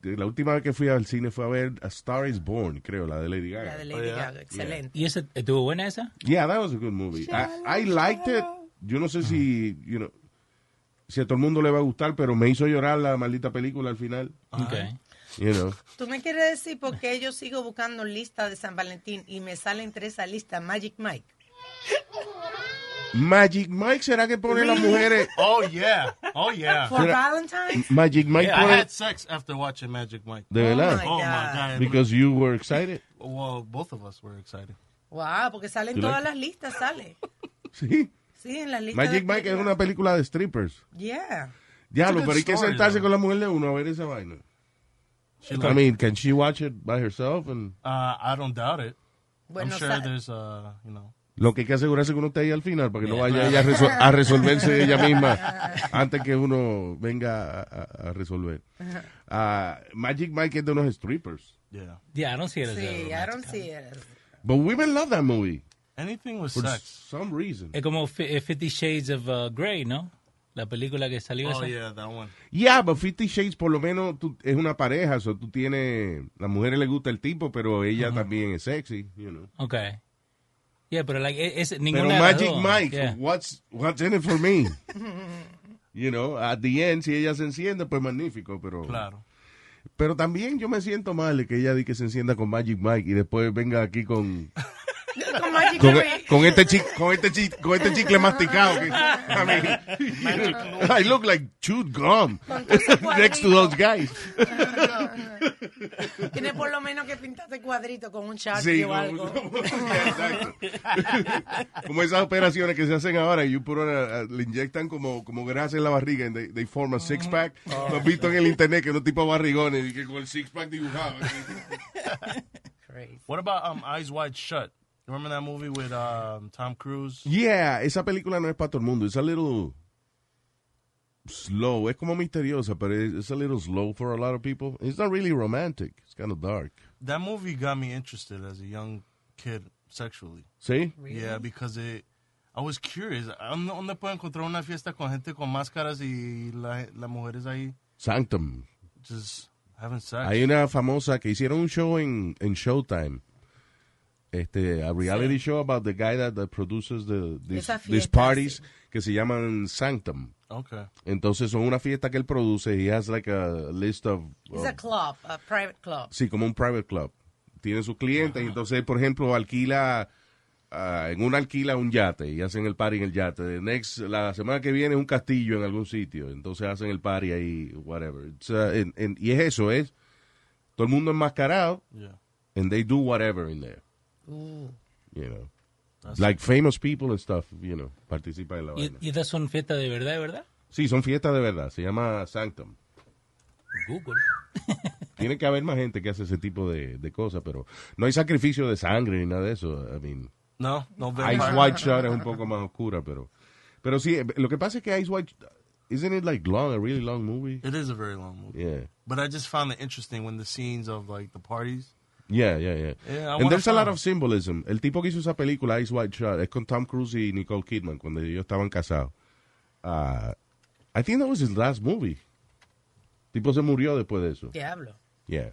[SPEAKER 2] La última vez que fui al cine fue a ver A Star is Born, creo, la de Lady Gaga.
[SPEAKER 9] La de
[SPEAKER 16] Oh,
[SPEAKER 9] Lady Gaga, excelente.
[SPEAKER 11] ¿Y esa estuvo buena esa?
[SPEAKER 2] Yeah, that was a good movie. I, I liked it. Yo no sé si, you know, si a todo el mundo le va a gustar, pero me hizo llorar la maldita película al final.
[SPEAKER 11] Okay.
[SPEAKER 2] You know.
[SPEAKER 9] Tú me quieres decir por qué yo sigo buscando lista de San Valentín y me sale entre esa lista Magic Mike.
[SPEAKER 2] Magic Mike, ¿será que pone las mujeres?
[SPEAKER 16] Oh, yeah. Oh, yeah.
[SPEAKER 2] For Should I- Valentine's? Magic Mike
[SPEAKER 16] Yeah, I
[SPEAKER 2] put
[SPEAKER 16] had
[SPEAKER 2] it-
[SPEAKER 16] sex after watching Magic Mike.
[SPEAKER 2] ¿De verdad?
[SPEAKER 16] Oh, my God.
[SPEAKER 2] Because you were excited.
[SPEAKER 16] Well, both of us were excited.
[SPEAKER 9] Wow, porque salen
[SPEAKER 2] You
[SPEAKER 9] todas
[SPEAKER 2] like
[SPEAKER 9] las listas, sale.
[SPEAKER 2] Sí.
[SPEAKER 9] Sí, en las listas.
[SPEAKER 2] Magic
[SPEAKER 9] de
[SPEAKER 2] Mike es
[SPEAKER 9] películas.
[SPEAKER 2] una película de strippers.
[SPEAKER 9] Yeah.
[SPEAKER 2] Diablo,
[SPEAKER 9] It's a
[SPEAKER 2] pero hay
[SPEAKER 9] good
[SPEAKER 2] que
[SPEAKER 9] story,
[SPEAKER 2] sentarse con la mujer de uno a ver esa vaina. I
[SPEAKER 16] like-
[SPEAKER 2] mean, can she watch it by herself? And
[SPEAKER 16] Uh, I don't doubt it.
[SPEAKER 9] Bueno,
[SPEAKER 16] I'm sure
[SPEAKER 9] sa-
[SPEAKER 16] there's, uh, you know.
[SPEAKER 2] lo que hay que asegurarse que uno esté ahí al final para que no
[SPEAKER 16] Yeah.
[SPEAKER 2] vaya ella a, resol- a resolverse ella misma antes que uno venga a, a- a resolver. Ah, Magic Mike es de unos strippers.
[SPEAKER 16] Yeah.
[SPEAKER 11] Yeah, I don't see it as a
[SPEAKER 9] Sí, I
[SPEAKER 11] romantic
[SPEAKER 9] don't see it.
[SPEAKER 2] But women love that movie.
[SPEAKER 16] Anything with
[SPEAKER 2] For
[SPEAKER 16] sex.
[SPEAKER 2] some reason.
[SPEAKER 11] Es como fi- eh, Fifty Shades of uh, Grey, ¿no? La película que salió
[SPEAKER 16] Oh,
[SPEAKER 11] esa.
[SPEAKER 16] yeah, that one.
[SPEAKER 2] Yeah, but Fifty Shades por lo menos tú- es una pareja. so tú tienes... Las mujeres les gusta el tipo, pero ella también es sexy, you know.
[SPEAKER 11] Okay. Yeah, pero like, e- es, ninguna
[SPEAKER 2] Pero
[SPEAKER 11] de las
[SPEAKER 2] Magic
[SPEAKER 11] dos.
[SPEAKER 2] Mike,
[SPEAKER 11] Yeah.
[SPEAKER 2] what's, what's in it for me? you know, at the end, si ella se enciende, pues magnífico, pero...
[SPEAKER 16] Claro.
[SPEAKER 2] Pero también yo me siento mal de que ella di que se encienda con Magic Mike y después venga aquí con...
[SPEAKER 9] Con Magic
[SPEAKER 2] Con,
[SPEAKER 9] Mike.
[SPEAKER 2] con este chicle, con este chicle, con este chicle masticado. que- I mean, I look like chewed gum
[SPEAKER 9] Con todo ese
[SPEAKER 2] next to
[SPEAKER 9] cuadrito.
[SPEAKER 2] those guys.
[SPEAKER 9] Tiene por lo menos que pintarse cuadrito con un charco
[SPEAKER 2] Sí,
[SPEAKER 9] o
[SPEAKER 2] con-
[SPEAKER 9] algo.
[SPEAKER 2] Como esas operaciones que se hacen ahora, y por ahora le inyectan como, como grasa en la barriga y they, they form a six pack. Lo has visto en el internet que unos tipos barrigones y que con el six pack dibujado.
[SPEAKER 16] What about um, Eyes Wide Shut? You remember that movie with um, Tom Cruise?
[SPEAKER 2] Yeah, esa película no es para todo el mundo. Es a little slow. Es como misteriosa, pero es a little slow for a lot of people. It's not really romantic. It's kind of dark.
[SPEAKER 16] That movie got me interested as a young kid sexually.
[SPEAKER 2] ¿Sí?
[SPEAKER 16] Yeah, because it, I was curious. ¿A ¿Dónde dónde puedo encontrar una fiesta con gente con máscaras y la- las mujeres ahí
[SPEAKER 2] Sanctum.
[SPEAKER 16] just having sex?
[SPEAKER 2] Hay una famosa que hicieron un show en, en Showtime. Este, a reality show about the guy that, that produces the, these,
[SPEAKER 16] Esa
[SPEAKER 2] these
[SPEAKER 16] fiesta,
[SPEAKER 2] parties que se llaman Sanctum.
[SPEAKER 16] Okay.
[SPEAKER 2] Entonces son una fiesta que él produce. He has like a list of...
[SPEAKER 9] It's a
[SPEAKER 2] of-
[SPEAKER 9] club, a private club.
[SPEAKER 2] sí, como un private club. Tiene sus clientes. y Entonces, por ejemplo, alquila... ah, en una alquila un yate y hacen el party en el yate. The next, la semana que viene es un castillo en algún sitio. Entonces hacen el party ahí, whatever. It's, ah, en- en- y es eso, es... Todo el mundo enmascarado.
[SPEAKER 16] Yeah.
[SPEAKER 2] and they do whatever in there,
[SPEAKER 9] Ooh.
[SPEAKER 2] you know.
[SPEAKER 11] That's-
[SPEAKER 2] like famous people and stuff, you know, participa en la
[SPEAKER 11] ¿Y,
[SPEAKER 2] vaina.
[SPEAKER 11] y estas son fiestas de verdad, de verdad?
[SPEAKER 2] Sí, son fiestas de verdad, se llama Sanctum.
[SPEAKER 11] Google.
[SPEAKER 2] Tiene que haber más gente que hace ese tipo de, de cosas, pero no hay sacrificio de sangre ni nada de eso. I mean,
[SPEAKER 16] No, no veo.
[SPEAKER 2] Ice White Shot es un poco más oscura, pero pero sí, eh, lo que pasa es que Ice White isn't it like long, a really long movie?
[SPEAKER 16] It is a very long movie.
[SPEAKER 2] Yeah.
[SPEAKER 16] But I just found it interesting when the scenes of like the parties.
[SPEAKER 2] Yeah, yeah, yeah.
[SPEAKER 16] Yeah, I
[SPEAKER 2] And
[SPEAKER 16] wanna
[SPEAKER 2] there's a lot
[SPEAKER 16] find-
[SPEAKER 2] of symbolism. El tipo que hizo esa película, Ice White Shot, es con Tom Cruise y Nicole Kidman, cuando ellos estaban casados. Ah, I think that was his last movie. El tipo se murió después de eso.
[SPEAKER 9] Diablo.
[SPEAKER 2] Yeah.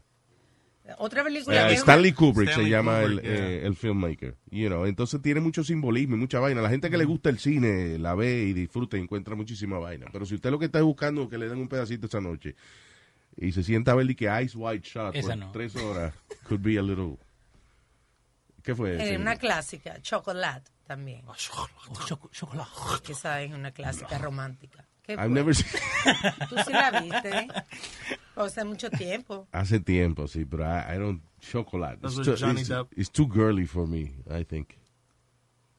[SPEAKER 9] Otra película.
[SPEAKER 2] Eh,
[SPEAKER 9] que es una-
[SPEAKER 2] Stanley Kubrick se
[SPEAKER 16] Stanley
[SPEAKER 2] llama
[SPEAKER 16] Kubrick,
[SPEAKER 2] el, eh, el filmmaker. You know, entonces tiene mucho simbolismo y mucha vaina. La gente que le gusta el cine la ve y disfruta y encuentra muchísima vaina. Pero si usted lo que está buscando es que le den un pedacito esa noche y se sienta a ver y que Ice White Shot
[SPEAKER 11] Esa
[SPEAKER 2] por
[SPEAKER 11] no.
[SPEAKER 2] tres horas, could be a little. ¿Qué fue?
[SPEAKER 9] Eh,
[SPEAKER 2] ese?
[SPEAKER 9] una clásica, Chocolate. también.
[SPEAKER 16] Ah,
[SPEAKER 9] Oh, Esa es una clásica romántica. ¿Qué
[SPEAKER 2] I've
[SPEAKER 9] fue?
[SPEAKER 2] never seen-
[SPEAKER 9] Tú sí la viste, ¿eh? O sea, mucho tiempo.
[SPEAKER 2] Hace tiempo, sí, pero I, I don't. Chocolate.
[SPEAKER 16] That's
[SPEAKER 2] It's too,
[SPEAKER 16] what Johnny
[SPEAKER 2] it's-
[SPEAKER 16] Depp-
[SPEAKER 2] it's too girly for me, I think.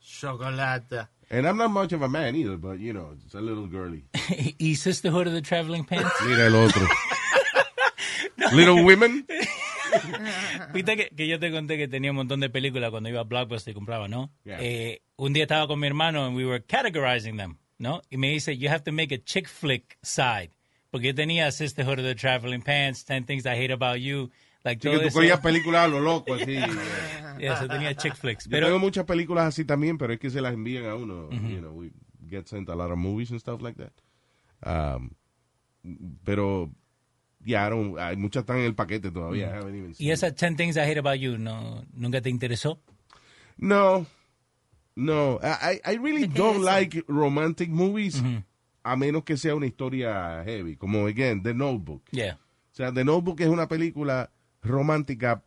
[SPEAKER 16] Chocolate.
[SPEAKER 2] And I'm not much of a man either, but you know, it's a little girly.
[SPEAKER 11] y Sisterhood of the Traveling Pants.
[SPEAKER 2] Mira el otro. Little Women.
[SPEAKER 11] Viste que, que yo te conté que tenía un montón de películas cuando iba a Blockbuster y compraba, ¿no?
[SPEAKER 2] Yeah.
[SPEAKER 11] Eh, un día estaba con mi hermano and we were categorizing them, ¿no? Y me dice, you have to make a chick flick side. Porque yo tenía Sisterhood of the Traveling Pants, 10 Things I Hate About You, like
[SPEAKER 2] Sí,
[SPEAKER 11] todo
[SPEAKER 2] que tú
[SPEAKER 11] eso.
[SPEAKER 2] cogías películas a lo loco, así. eh.
[SPEAKER 11] Yeah, so tenía chick flicks.
[SPEAKER 2] Yo
[SPEAKER 11] Pero
[SPEAKER 2] tengo muchas películas así también, pero es que se las envían a uno. You know, we get sent a lot of movies and stuff like that. Um, pero, ya, I don't- hay muchas están en el paquete todavía. Oh, I haven't even
[SPEAKER 11] y esas 10 Things I Hate About You, no, ¿nunca te interesó?
[SPEAKER 2] No, no. I, I I really don't like romantic movies a menos que sea una historia heavy. Como, again, The Notebook.
[SPEAKER 11] Yeah.
[SPEAKER 2] O sea, The Notebook es una película romántica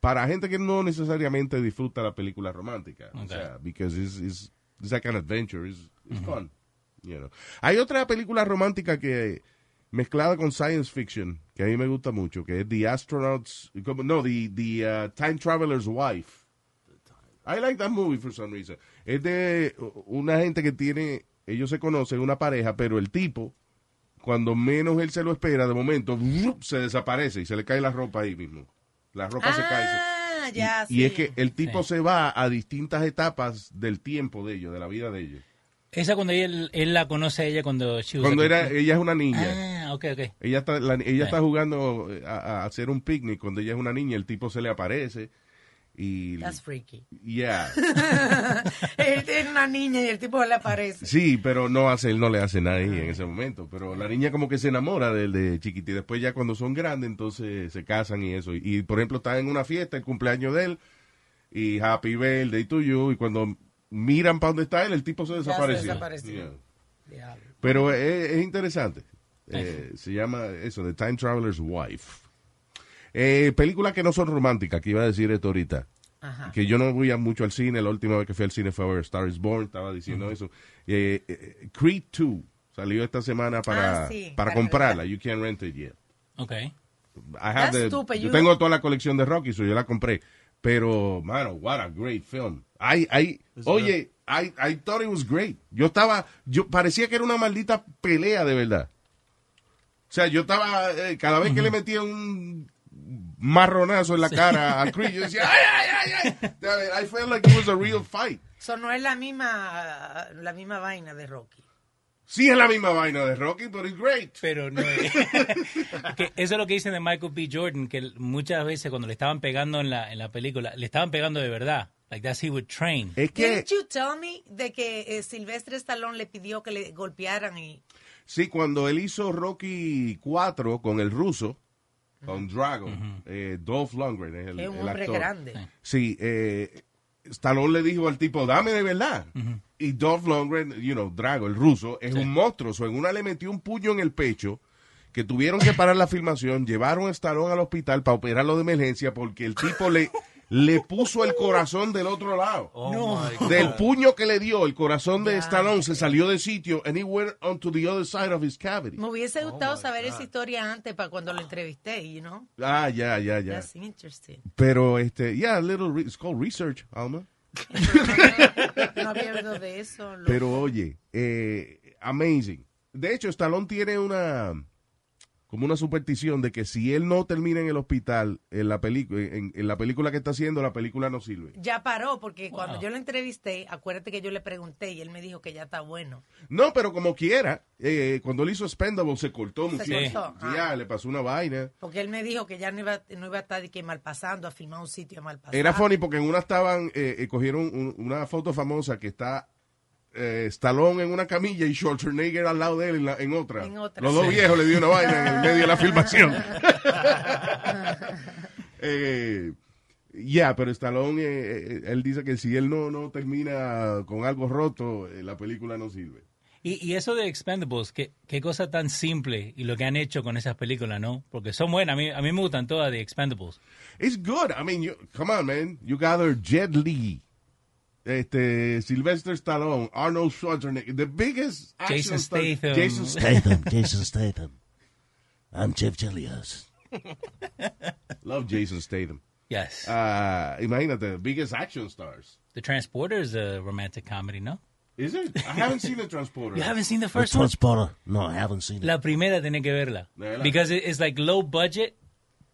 [SPEAKER 2] para gente que no necesariamente disfruta la película romántica. O sea, because it's, it's, it's like an adventure. It's, it's fun. You know. Hay otra película romántica que mezclada con science fiction que a mí me gusta mucho, que es The Astronaut's, como- no, The, the uh, Time Traveler's Wife. I like that movie for some reason. Es de una gente que tiene, ellos se conocen, una pareja, pero el tipo, cuando menos él se lo espera, de momento, ¡vup! se desaparece y se le cae la ropa ahí mismo. La ropa se cae. se-
[SPEAKER 9] Ah, ya, sí.
[SPEAKER 2] Y es que el tipo se va a distintas etapas del tiempo de ellos, de la vida de ellos.
[SPEAKER 11] Esa cuando él, él la conoce a ella cuando she was
[SPEAKER 2] Cuando
[SPEAKER 11] a-
[SPEAKER 2] era, ella es una niña.
[SPEAKER 11] Ah, ok, ok.
[SPEAKER 2] Ella está, la- ella
[SPEAKER 11] Right.
[SPEAKER 2] está jugando eh, a, a hacer un picnic cuando ella es una niña, el tipo se le aparece y...
[SPEAKER 9] That's freaky.
[SPEAKER 2] Yeah.
[SPEAKER 9] Él es una niña y el tipo le aparece.
[SPEAKER 2] Sí, pero no hace, él no le hace nada ahí en ese momento. Pero la niña como que se enamora del de chiquita y después ya cuando son grandes entonces se casan y eso. Y, y, por ejemplo están en una fiesta, el cumpleaños de él y happy birthday to you y cuando miran para donde está él el tipo se desapareció. Yeah. Pero es, es interesante. Eh, se llama eso, The Time Traveler's Wife. Eh, películas que no son románticas, que iba a decir esto ahorita.
[SPEAKER 1] Ajá.
[SPEAKER 2] Que yo no voy a mucho al cine. La última vez que fui al cine fue a ver Star is Born. Estaba diciendo eso. Eh, eh, Creed 2 salió esta semana para,
[SPEAKER 9] Ah, sí,
[SPEAKER 2] para
[SPEAKER 9] para
[SPEAKER 2] comprarla. You can't rent it yet.
[SPEAKER 11] Ok.
[SPEAKER 2] I have
[SPEAKER 9] That's
[SPEAKER 2] the-
[SPEAKER 9] stupid.
[SPEAKER 2] yo
[SPEAKER 9] You-
[SPEAKER 2] tengo toda la colección de Rocky, so yo la compré. Pero, mano, what a great film. I, I,
[SPEAKER 1] It's
[SPEAKER 2] oye, I, I thought it was great. Yo estaba, yo parecía que era una maldita pelea de verdad. O sea, yo estaba, eh, cada vez que le metía un marronazo en la cara a Creed, yo decía, ¡ay, ay, ay, ay! I mean, I felt like it was a real fight.
[SPEAKER 9] Eso no es la misma, la misma vaina de Rocky.
[SPEAKER 2] Sí es la misma vaina de Rocky, but it's great.
[SPEAKER 11] Pero no es. Que eso es lo que dicen de Michael B. Jordan, que él- muchas veces cuando le estaban pegando en la, en la película, le estaban pegando de verdad. Like that's he would train.
[SPEAKER 2] Es
[SPEAKER 9] Didn't you tell me de que eh, Silvestre Stallone le pidió que le golpearan y
[SPEAKER 2] Sí, cuando él hizo Rocky 4 con el ruso, con Dragon, eh, Dolph Lundgren es el,
[SPEAKER 9] que es un
[SPEAKER 2] el
[SPEAKER 9] hombre
[SPEAKER 2] actor.
[SPEAKER 9] grande?
[SPEAKER 2] Sí, eh, Stallone le dijo al tipo, dame de verdad. Y Dolph Lundgren, you know, Drago, el ruso, es un monstruo. So, en una le metió un puño en el pecho que tuvieron que parar la filmación, llevaron a Stallone al hospital para operarlo de emergencia porque el tipo le, le puso el corazón del otro lado. Del puño que le dio, el corazón de Stallone se salió de sitio and he went onto the other side of his cavity.
[SPEAKER 9] Me hubiese gustado saber esa historia antes para cuando lo entrevisté, you know?
[SPEAKER 2] Ah, ya, ya, ya.
[SPEAKER 9] That's interesting.
[SPEAKER 2] Pero, este, yeah, a little, re- it's called research, Alma.
[SPEAKER 9] No había oído de eso. loco.
[SPEAKER 2] Pero oye, eh, amazing. De hecho, Stallone tiene una como una superstición de que si él no termina en el hospital en la película en, en la película que está haciendo, la película no sirve.
[SPEAKER 9] Ya paró, porque cuando yo lo entrevisté, acuérdate que yo le pregunté y él me dijo que ya está bueno.
[SPEAKER 2] No, pero como quiera, eh, cuando él hizo Spendable se cortó
[SPEAKER 9] Se
[SPEAKER 2] muchísimo.
[SPEAKER 9] cortó, ah.
[SPEAKER 2] Ya, le pasó una vaina.
[SPEAKER 9] Porque él me dijo que ya no iba, no iba a estar de que mal pasando, a filmar un sitio mal pasando.
[SPEAKER 2] Era funny porque en una estaban, eh, eh, cogieron un- una foto famosa que está eh, Stallone en una camilla y Schwarzenegger al lado de él en, la- en otra.
[SPEAKER 9] En otra.
[SPEAKER 2] Los dos
[SPEAKER 1] Sí.
[SPEAKER 2] viejos le dio una vaina en el medio de la filmación. eh, ya, pero Stallone, eh, eh, él dice que si él no, no termina con algo roto, eh, la película no sirve.
[SPEAKER 11] Y, y eso de Expendables, qué, qué cosa tan simple y lo que han hecho con esas películas, ¿no? Porque son buenas, a mí, a mí me gustan todas de Expendables.
[SPEAKER 2] It's good. I mean, you, come on, man. You gather Jet Li, este, Sylvester Stallone, Arnold Schwarzenegger, the biggest action
[SPEAKER 11] Jason
[SPEAKER 2] star-
[SPEAKER 11] Statham.
[SPEAKER 2] Jason
[SPEAKER 17] Statham, Jason Statham. I'm Jeff Chelios.
[SPEAKER 2] Love Jason Statham.
[SPEAKER 11] Yes.
[SPEAKER 2] Uh, imagínate, biggest action stars.
[SPEAKER 11] The Transporter is a romantic comedy, no?
[SPEAKER 2] Is it? I haven't seen The Transporter.
[SPEAKER 11] You haven't seen the
[SPEAKER 17] The
[SPEAKER 11] first one?
[SPEAKER 17] Transporter. No, I haven't seen it.
[SPEAKER 11] La primera tiene que verla.
[SPEAKER 2] Verla.
[SPEAKER 11] Because it- it's like low budget,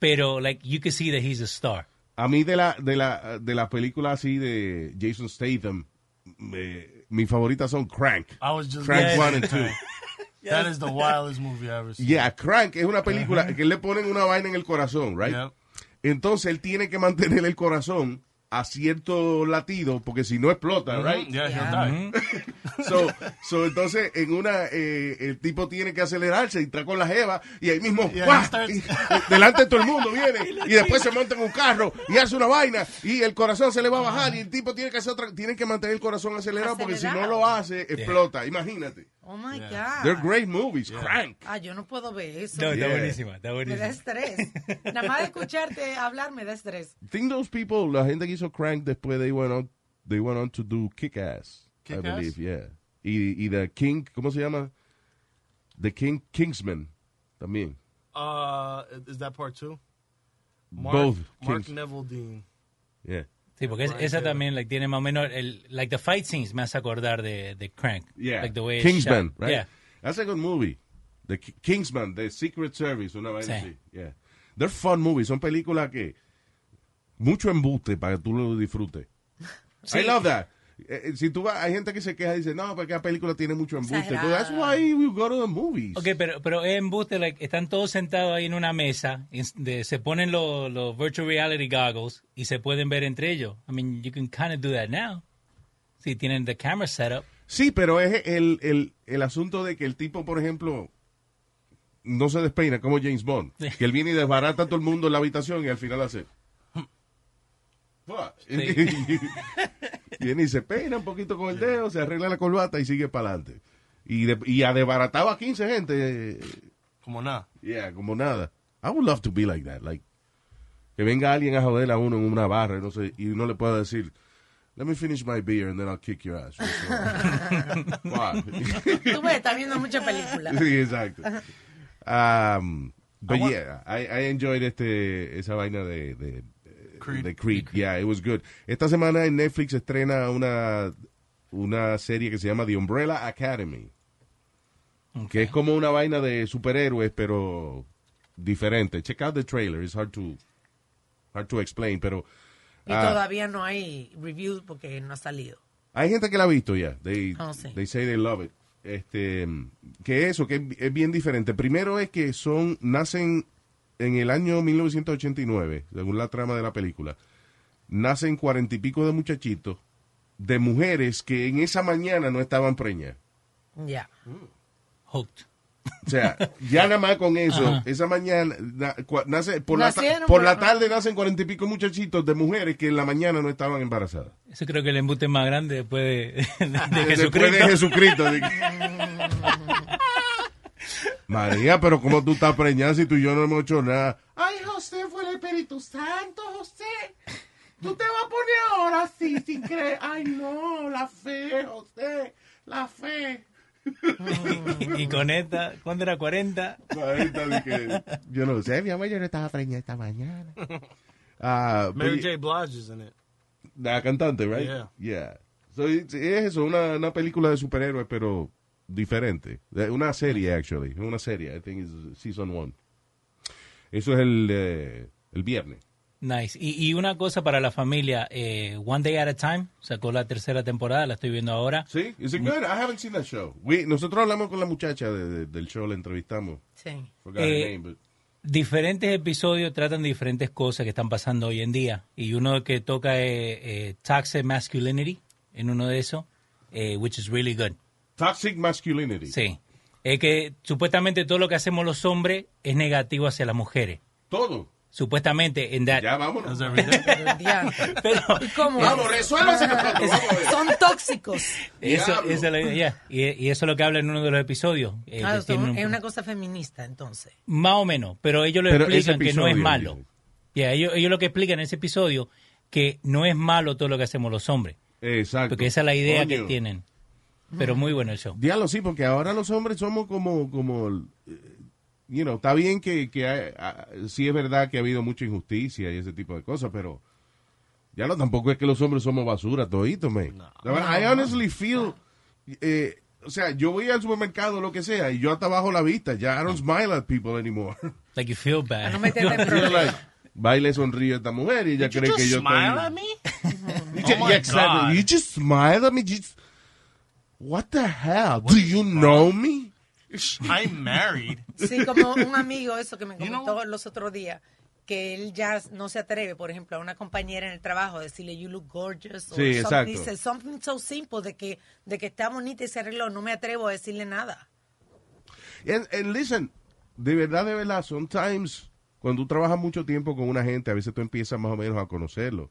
[SPEAKER 11] pero like you can see that he's a star.
[SPEAKER 2] A mí de la, de la, de la película así de Jason Statham, me- mis favoritas son Crank.
[SPEAKER 16] I was just
[SPEAKER 2] Crank
[SPEAKER 16] gonna
[SPEAKER 2] 1
[SPEAKER 16] say
[SPEAKER 2] and 2.
[SPEAKER 16] That is the wildest movie I ever seen.
[SPEAKER 2] Yeah, Crank es una película que le ponen una vaina en el corazón, right? Entonces él tiene que mantener el corazón a cierto latido porque si no explota,
[SPEAKER 16] Mhm,
[SPEAKER 2] right?
[SPEAKER 16] yeah, he'll Yeah. die.
[SPEAKER 2] so, so, entonces en una eh, el tipo tiene que acelerarse y está con la jeva y ahí mismo
[SPEAKER 16] Yeah,
[SPEAKER 2] ¡guau!
[SPEAKER 16] he starts-
[SPEAKER 2] Y- delante de todo el mundo viene y después se monta en un carro y hace una vaina y el corazón se le va a bajar y el tipo tiene que hacer otra, tiene que mantener el corazón acelerado, porque si no
[SPEAKER 9] Acelerado.
[SPEAKER 2] lo hace explota, imagínate.
[SPEAKER 9] Oh my
[SPEAKER 2] They're
[SPEAKER 9] God.
[SPEAKER 2] great movies, Crank.
[SPEAKER 9] Ah, yo no puedo ver eso.
[SPEAKER 2] No, está Yeah. buenísima, está
[SPEAKER 9] Me da
[SPEAKER 2] buenísima.
[SPEAKER 9] estrés. Nada más de escucharte hablar me da estrés.
[SPEAKER 2] think those people, la gente que hizo Crank después, they went on, they went on to do Kick-Ass, I
[SPEAKER 16] Kick-Ass?
[SPEAKER 2] believe, yeah. Y, y The King, ¿cómo se llama? The King, Kingsman, también.
[SPEAKER 16] Uh, is that part two?
[SPEAKER 2] Both
[SPEAKER 16] Mark
[SPEAKER 2] Kings.
[SPEAKER 16] Neville Dean.
[SPEAKER 2] Yeah.
[SPEAKER 11] Sí, porque es-
[SPEAKER 16] Right,
[SPEAKER 11] esa
[SPEAKER 16] yeah.
[SPEAKER 11] también like, tiene más o menos, el, like the fight scenes me hace acordar de, de Crank.
[SPEAKER 2] Yeah.
[SPEAKER 11] Like the way it's
[SPEAKER 2] Kingsman,
[SPEAKER 11] shot.
[SPEAKER 2] right?
[SPEAKER 11] Yeah.
[SPEAKER 2] That's a good movie. The Ki- Kingsman, The Secret Service, una vaina
[SPEAKER 11] Sí.
[SPEAKER 2] así. Yeah. They're fun movies. Son películas que mucho embuste para que tú lo disfrutes.
[SPEAKER 11] Sí.
[SPEAKER 2] I love that. Eh, eh, Si tú vas, hay gente que se queja y dice, no, porque la película tiene mucho embuste. But that's why we go to the movies.
[SPEAKER 11] Ok, pero, pero es embuste, like, están todos sentados ahí en una mesa, y de- se ponen los los virtual reality goggles y se pueden ver entre ellos. I mean, you can kind of do that now. Si tienen the camera setup.
[SPEAKER 2] Sí, pero es el, el, el asunto de que el tipo, por ejemplo, no se despeina como James Bond. Que él viene y desbarata a todo el mundo en la habitación y al final hace. viene y se peina un poquito con el dedo, se arregla la corbata y sigue para adelante. Y, de- y ha desbaratado a 15 gente. eh,
[SPEAKER 16] Como nada.
[SPEAKER 2] Yeah, como nada. I would love to be like that. Like, que venga alguien a joder a uno en una barra no sé, y no le pueda decir, let me finish my beer and then I'll kick your ass. Why?
[SPEAKER 9] Tú ves, estás viendo mucha película.
[SPEAKER 2] sí, exacto. Um, but
[SPEAKER 9] I want-
[SPEAKER 2] yeah, I, I enjoyed este, esa vaina de, de, eh, de Creed. Yeah, it was good. Esta semana en Netflix estrena una, una serie que se llama The Umbrella Academy. Que es como una vaina de superhéroes, pero diferente. Check out the trailer. It's hard to, hard to explain, pero...
[SPEAKER 9] Y
[SPEAKER 2] ah,
[SPEAKER 9] todavía no hay review porque no ha salido.
[SPEAKER 2] hay gente que la ha visto ya. They,
[SPEAKER 9] Oh, sí.
[SPEAKER 2] they say they love it. Este, que eso, que es, es bien diferente. Primero es que son, nacen en el año 1989, según la trama de la película. Nacen cuarenta y pico de muchachitos, de mujeres que en esa mañana no estaban preñas.
[SPEAKER 9] Ya.
[SPEAKER 11] Hooked.
[SPEAKER 2] O sea, ya nada más con eso,
[SPEAKER 11] Ajá.
[SPEAKER 2] esa mañana, na- cua- nace, por, la, ta-
[SPEAKER 11] Nacieron,
[SPEAKER 2] por la
[SPEAKER 11] pero-
[SPEAKER 2] tarde nacen cuarenta y pico muchachitos de mujeres que en la mañana no estaban embarazadas.
[SPEAKER 11] Eso creo que el embuste más grande después de, de
[SPEAKER 2] Después de Jesucristo. María, pero ¿cómo tú estás preñada si tú y yo no hemos hecho nada?
[SPEAKER 8] Ay, José, fue el Espíritu Santo, José. Tú te vas a poner ahora así, sin creer. Ay, no, la fe, José, la fe.
[SPEAKER 11] Y, y con esta, ¿cuándo era? 40.
[SPEAKER 2] 40, dije. Yo no sé, mi amor, yo no estaba preñada esta mañana. Ah,
[SPEAKER 16] Mary
[SPEAKER 2] pues,
[SPEAKER 16] J. Blige is in it.
[SPEAKER 2] la cantante, right?
[SPEAKER 16] Yeah.
[SPEAKER 2] Yeah. So, it's- es eso, una, una película de superhéroes, pero diferente. Eh, Una serie, actually. Una serie, I think it's season one. Eso es el, eh, el viernes.
[SPEAKER 11] Nice. Y, y una cosa para la familia, eh, One Day at a Time sacó la tercera temporada, la estoy viendo ahora.
[SPEAKER 2] Sí, is it good? I haven't seen that show. We- nosotros hablamos con la muchacha de- de- del show, la entrevistamos.
[SPEAKER 9] Sí.
[SPEAKER 2] Forgot her
[SPEAKER 11] Eh,
[SPEAKER 2] name, but-
[SPEAKER 11] Diferentes episodios tratan de diferentes cosas que están pasando hoy en día. Y uno que toca es eh, Toxic Masculinity, en uno de esos, eh, which is really good.
[SPEAKER 2] Toxic Masculinity.
[SPEAKER 11] Sí. Es que supuestamente todo lo que hacemos los hombres es negativo hacia las mujeres.
[SPEAKER 2] Todo.
[SPEAKER 11] Supuestamente, en that.
[SPEAKER 2] Ya, vámonos.
[SPEAKER 9] ¿Cómo?
[SPEAKER 8] Vamos, resuélvase nosotros,
[SPEAKER 9] Son tóxicos.
[SPEAKER 11] Eso,
[SPEAKER 9] Diablo.
[SPEAKER 11] esa es la idea. Y, y eso es lo que habla en uno de los episodios. Eh,
[SPEAKER 9] Ah,
[SPEAKER 11] que tiene
[SPEAKER 9] son-
[SPEAKER 11] un-
[SPEAKER 9] es una cosa feminista, entonces.
[SPEAKER 11] Más o menos, pero ellos lo
[SPEAKER 2] Pero ese
[SPEAKER 11] explican que no
[SPEAKER 2] episodio,
[SPEAKER 11] es malo. Ya, ellos, ellos lo que explican en ese episodio que no es malo todo lo que hacemos los hombres.
[SPEAKER 2] Exacto.
[SPEAKER 11] Porque esa es la idea que
[SPEAKER 2] Coño.
[SPEAKER 11] tienen. Pero muy bueno el show.
[SPEAKER 2] Diablo, sí, porque ahora los hombres somos como, como eh, you know, está bien que, que hay- ah, sí es verdad que ha habido mucha injusticia y ese tipo de cosas, pero ya lo tampoco es que los hombres somos basura toditos, man. La verdad, I honestly feel, eh, o sea, yo voy al supermercado lo que sea y yo hasta bajo la vista, ya I don't smile at people anymore.
[SPEAKER 11] Like you feel bad.
[SPEAKER 2] no Baile sonríe esta mujer y ella
[SPEAKER 11] Did you
[SPEAKER 2] cree
[SPEAKER 11] just
[SPEAKER 2] que yo
[SPEAKER 11] smile
[SPEAKER 2] estoy...
[SPEAKER 11] at
[SPEAKER 16] me?
[SPEAKER 2] You
[SPEAKER 16] Oh
[SPEAKER 2] ju-
[SPEAKER 16] my
[SPEAKER 2] yeah, exactly.
[SPEAKER 16] God.
[SPEAKER 2] You just smile at me. Just, what the hell? Do you know me?
[SPEAKER 16] I'm married.
[SPEAKER 9] Sí, como un amigo, eso que me comentó los otros días, que él ya no se atreve, por ejemplo, a una compañera en el trabajo a decirle, you look gorgeous, o
[SPEAKER 2] Sí,
[SPEAKER 9] something,
[SPEAKER 2] exacto.
[SPEAKER 9] dice, something so simple, de que, de que está bonita ese arreglo, no me atrevo a decirle nada.
[SPEAKER 2] And, and listen, de verdad, de verdad, sometimes cuando tú trabajas mucho tiempo con una gente, a veces tú empiezas más o menos a conocerlo.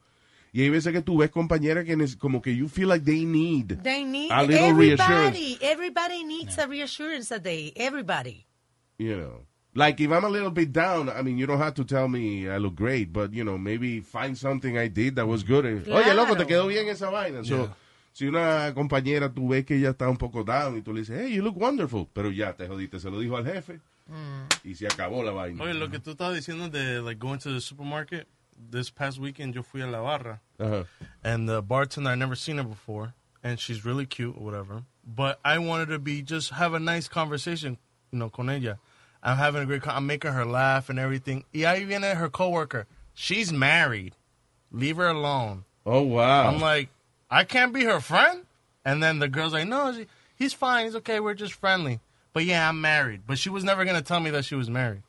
[SPEAKER 2] Y hay veces que tú ves compañeras que nes- como que you feel like they need.
[SPEAKER 9] They need,
[SPEAKER 2] A little
[SPEAKER 9] everybody,
[SPEAKER 2] reassurance.
[SPEAKER 9] everybody needs a reassurance a day, everybody.
[SPEAKER 2] you know. Like if I'm a little bit down, I mean, you don't have to tell me I look great, but you know, maybe find something I did that was good. Eh, Oye, loco, te quedó bien esa vaina. So, si una compañera tú ves que ella está un poco down y tú le dices, hey, you look wonderful, pero ya te jodiste, se lo dijo al jefe y se acabó la vaina.
[SPEAKER 16] Oye, lo que tú estabas diciendo de like going to the supermarket, this past weekend yo fui a la barra.
[SPEAKER 2] Ajá.
[SPEAKER 16] Uh-huh. And the bartender, I never seen her before, and she's really cute or whatever. But I wanted to be just have a nice conversation, you know, con ella. I'm having a great. Con- I'm making her laugh and everything. Y ahí viene her coworker. She's married. Leave her alone.
[SPEAKER 2] Oh wow.
[SPEAKER 16] I'm like, I can't be her friend. And then the girl's like, No, she, he's fine. He's okay. We're just friendly. But yeah, I'm married. But she was never gonna tell me that she was married.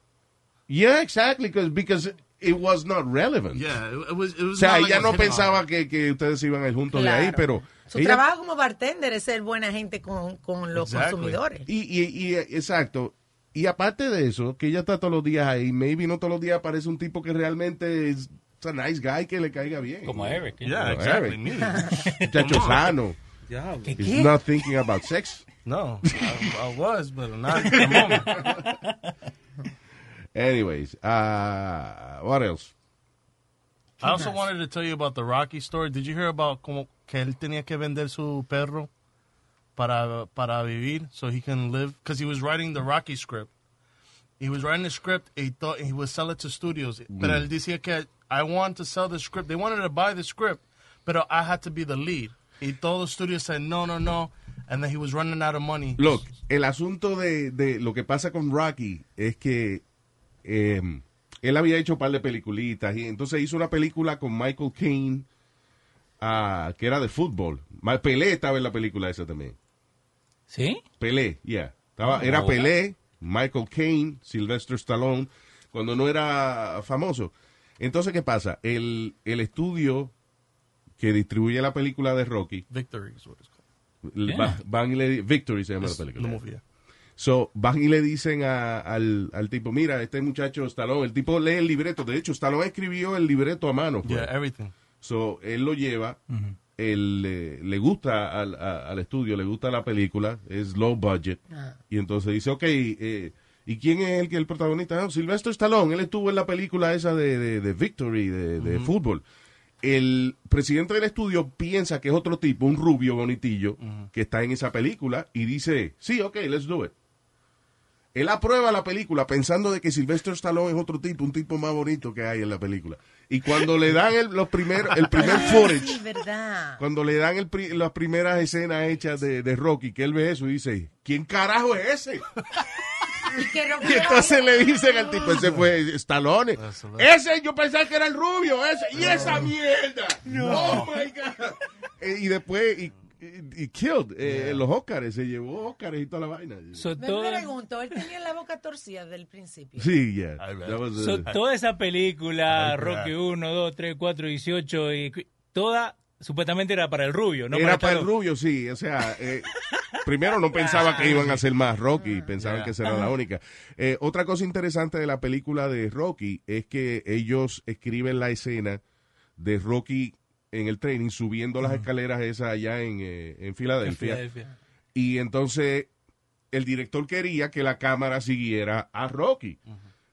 [SPEAKER 2] Yeah, exactly, 'cause- because it was not relevant.
[SPEAKER 16] Yeah, it, it was. It
[SPEAKER 2] o
[SPEAKER 16] was.
[SPEAKER 2] sea,
[SPEAKER 16] not like
[SPEAKER 2] ella
[SPEAKER 16] a
[SPEAKER 2] no
[SPEAKER 16] hit on.
[SPEAKER 2] pensaba que, que ustedes iban a ir juntos de ahí,
[SPEAKER 9] Claro.
[SPEAKER 2] pero
[SPEAKER 9] Su
[SPEAKER 2] ella
[SPEAKER 9] trabajo como bartender es ser buena gente con, con los
[SPEAKER 2] Exactly.
[SPEAKER 9] consumidores.
[SPEAKER 2] Y, y, y, eh, exacto. Y aparte de eso, que ella está todos los días ahí, maybe no todos los días aparece un tipo que realmente es it's a nice guy que le caiga bien.
[SPEAKER 11] Como Eric, ¿eh?
[SPEAKER 16] Yeah,
[SPEAKER 2] Como
[SPEAKER 16] exactly,
[SPEAKER 2] Eric.
[SPEAKER 16] me.
[SPEAKER 2] Muchacho
[SPEAKER 16] Come on.
[SPEAKER 2] sano.
[SPEAKER 16] Diablo. ¿Qué,
[SPEAKER 2] He's
[SPEAKER 16] qué?
[SPEAKER 2] not thinking about sex.
[SPEAKER 16] No, I, I was, but not at the moment.
[SPEAKER 2] Anyways, uh, what else?
[SPEAKER 16] I also wanted to tell you about the Rocky story. Did you hear about como que él tenía que vender su perro para para vivir so he can live? Because he was writing the Rocky script. He was writing the script. He thought he would sell it to studios. Pero él decía que I want to sell the script. They wanted to buy the script, pero I had to be the lead. Y todos los studios said no, no, no. And then he was running out of money.
[SPEAKER 2] Look, el asunto de, de lo que pasa con Rocky es que eh, él había hecho un par de peliculitas y entonces hizo una película con Michael Caine ah, que era de fútbol. Ma- Pelé estaba en la película esa también.
[SPEAKER 11] ¿Sí?
[SPEAKER 2] Pelé, yeah. Estaba,
[SPEAKER 11] Oh,
[SPEAKER 2] era
[SPEAKER 11] wow.
[SPEAKER 2] Pelé, Michael Caine, Sylvester Stallone, cuando no era famoso. Entonces, ¿qué pasa? El, el estudio que distribuye la película de Rocky
[SPEAKER 16] Victory is what it's called.
[SPEAKER 2] l-
[SPEAKER 16] Yeah.
[SPEAKER 2] va- van y le di- Victory se llama
[SPEAKER 16] It's
[SPEAKER 2] la película.
[SPEAKER 16] the movie, yeah.
[SPEAKER 2] So, van y le dicen a- al, al tipo, mira, este muchacho Stallone, el tipo lee el libreto. De hecho, Stallone escribió el libreto a mano. pues.
[SPEAKER 16] Yeah, everything.
[SPEAKER 2] So, él lo lleva, él, eh, le gusta al, a- al estudio, le gusta la película, es low budget.
[SPEAKER 16] Ah.
[SPEAKER 2] Y entonces dice, ok, eh, ¿y quién es el, que el protagonista? Ah, Silvestre Stallone, él estuvo en la película esa de, de- de Victory, de, de
[SPEAKER 16] Ujú.
[SPEAKER 2] fútbol. El presidente del estudio piensa que es otro tipo, un rubio bonitillo, que está en esa película y dice, sí, ok, let's do it. Él aprueba la película pensando de que Sylvester Stallone es otro tipo, un tipo más bonito que hay en la película. Y cuando le dan el, los primeros, el primer footage,
[SPEAKER 9] Sí, verdad.
[SPEAKER 2] cuando le dan el pri- las primeras escenas hechas de, de Rocky, que él ve eso y dice, ¿quién carajo es ese?
[SPEAKER 9] Y que no
[SPEAKER 2] Y entonces le dicen al tipo, ese fue Stallone. Ese yo pensaba que era el rubio, ese. Y esa mierda. Oh my God. Eh, Y después, y, y- y killed eh, los Óscares, se llevó Óscares y toda la vaina.
[SPEAKER 9] Me pregunto, él tenía la boca torcida desde el principio.
[SPEAKER 2] Sí, yeah. That was,
[SPEAKER 11] So,
[SPEAKER 2] uh,
[SPEAKER 11] toda esa película,
[SPEAKER 2] Ay,
[SPEAKER 11] Rocky
[SPEAKER 2] claro.
[SPEAKER 11] 1, 2, 3, 4, 18, y cu- toda supuestamente era para el rubio, ¿no?
[SPEAKER 2] Era para
[SPEAKER 11] para
[SPEAKER 2] el rubio, sí. O sea, eh, primero no pensaba que iban a hacer más Rocky, pensaban
[SPEAKER 11] Ya.
[SPEAKER 2] que será la única. Eh, otra cosa interesante de la película de Rocky es que ellos escriben la escena de Rocky en el training subiendo las escaleras esas allá en, eh, en Filadelfia. Y entonces el director quería que la cámara siguiera a Rocky.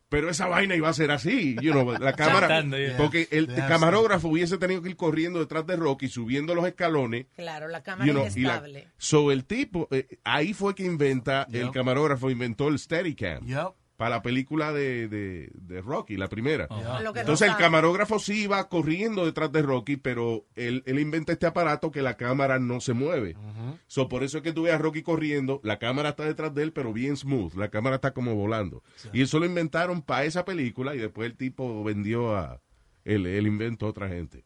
[SPEAKER 2] Pero esa vaina iba a ser así, you know, la cámara.
[SPEAKER 11] Saltando, yeah.
[SPEAKER 2] Porque el
[SPEAKER 11] Yeah,
[SPEAKER 2] camarógrafo hubiese tenido que ir corriendo detrás de Rocky, subiendo los escalones.
[SPEAKER 9] Claro, la cámara
[SPEAKER 2] you know,
[SPEAKER 9] es
[SPEAKER 2] y la-
[SPEAKER 9] estable.
[SPEAKER 2] so el tipo, eh, ahí fue que inventa, el camarógrafo inventó el Steadicam. Para la película de, de- de Rocky, la primera.
[SPEAKER 9] Lo que no
[SPEAKER 2] Entonces el
[SPEAKER 9] sabe.
[SPEAKER 2] camarógrafo sí iba corriendo detrás de Rocky, pero él, él inventa este aparato que la cámara no se mueve. So, por eso es que tú ves a Rocky corriendo, la cámara está detrás de él, pero bien smooth, la cámara está como volando. Y eso lo inventaron para esa película y después el tipo vendió a, el, el invento a otra gente.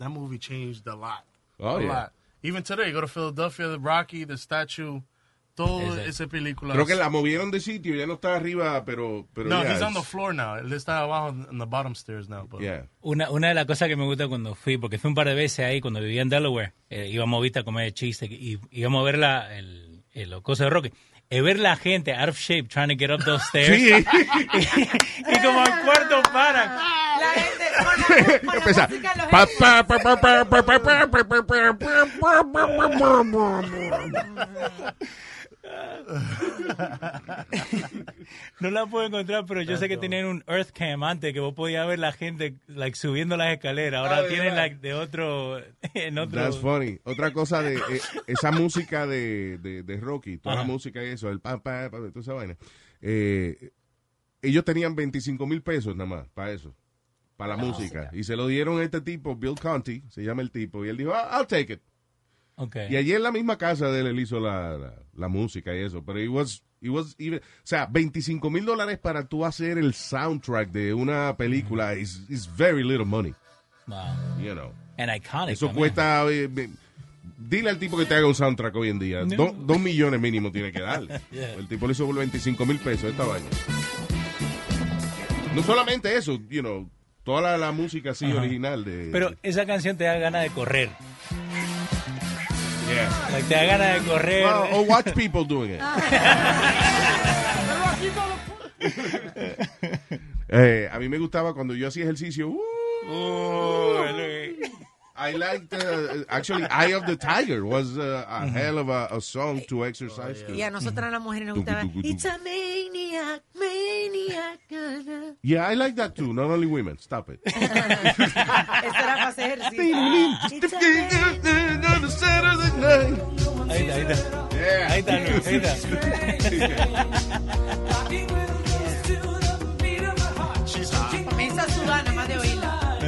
[SPEAKER 16] That movie changed a lot.
[SPEAKER 2] Oh,
[SPEAKER 16] a
[SPEAKER 2] yeah.
[SPEAKER 16] lot. Even today, you go to Philadelphia, the Rocky, the statue, todo
[SPEAKER 2] Exacto.
[SPEAKER 16] Oh, esa película.
[SPEAKER 2] Creo que la movieron de sitio, ya no está arriba, pero... pero
[SPEAKER 16] No,
[SPEAKER 2] yeah,
[SPEAKER 16] he's on the
[SPEAKER 2] it's-
[SPEAKER 16] floor now. Él está abajo on the bottom stairs now. But
[SPEAKER 2] yeah.
[SPEAKER 11] Una, una de las cosas que me gusta cuando fui, porque fui un par de veces ahí cuando vivía en Delaware, eh, íbamos a vista a comer chiste y íbamos a ver la, el, el- los cosas de Rocky. Es ver la gente out of shape trying to get up those stairs.
[SPEAKER 2] Sí.
[SPEAKER 11] y, como al cuarto paran.
[SPEAKER 2] Empieza. Pa, pa, pa, pa, pa, pa, pa, pa, pa, pa, pa, pa, pa, pa, pa, pa, pa.
[SPEAKER 11] No la puedo encontrar, pero yo sé que tenían un Earth Cam antes que vos podías ver la gente like, subiendo las escaleras. Ahora
[SPEAKER 2] Ah, de
[SPEAKER 11] tienen
[SPEAKER 2] verdad.
[SPEAKER 11] like, de otro. En otro
[SPEAKER 2] That's funny. Otra cosa de eh, esa música de, de, de Rocky, toda
[SPEAKER 11] Ajá.
[SPEAKER 2] la música y eso, el pa, pa, pa, toda esa vaina. Eh, ellos tenían 25 mil pesos nada más para eso, para la
[SPEAKER 11] La
[SPEAKER 2] música. Y se lo dieron a este tipo, Bill Conti, se llama el tipo, y él dijo, "Ah, I'll take it.
[SPEAKER 11] Okay.
[SPEAKER 2] Y allí en la misma casa de él, él hizo la, la, la música y eso. Pero it was, it was even- o sea, 25 mil dólares para tú hacer el soundtrack de una película is, is very little money.
[SPEAKER 11] Wow.
[SPEAKER 2] You know.
[SPEAKER 11] And iconic.
[SPEAKER 2] Eso
[SPEAKER 11] también.
[SPEAKER 2] cuesta... eh, eh, dile al tipo que te haga un soundtrack hoy en día.
[SPEAKER 11] No.
[SPEAKER 2] Do- dos millones mínimo tiene que darle.
[SPEAKER 11] Yeah.
[SPEAKER 2] El tipo le hizo por 25 mil pesos esta vaina. No solamente eso, you know, toda la, la música así
[SPEAKER 11] Ajá.
[SPEAKER 2] original de...
[SPEAKER 11] Pero esa canción te da ganas de correr.
[SPEAKER 2] Yeah.
[SPEAKER 11] Like, te da ganas de correr.
[SPEAKER 2] Well, or watch people doing it. Eh, a mí me gustaba cuando yo hacía ejercicio. ¡uh!
[SPEAKER 16] Oh,
[SPEAKER 2] I liked, uh, actually, Eye of the Tiger was uh, a hell of a, a song to exercise to.
[SPEAKER 9] Oh, Y a nosotras las mujeres nos gustaba. It's a maniac, maniac. na, na".
[SPEAKER 2] Yeah, I like that too, not only women. Stop it.
[SPEAKER 9] Eso era para hacer ejercicio. It's a
[SPEAKER 11] Ahí está, ahí está. Ahí está, Luis, ahí
[SPEAKER 9] maniac. Me hizo sudar nada más de oírla.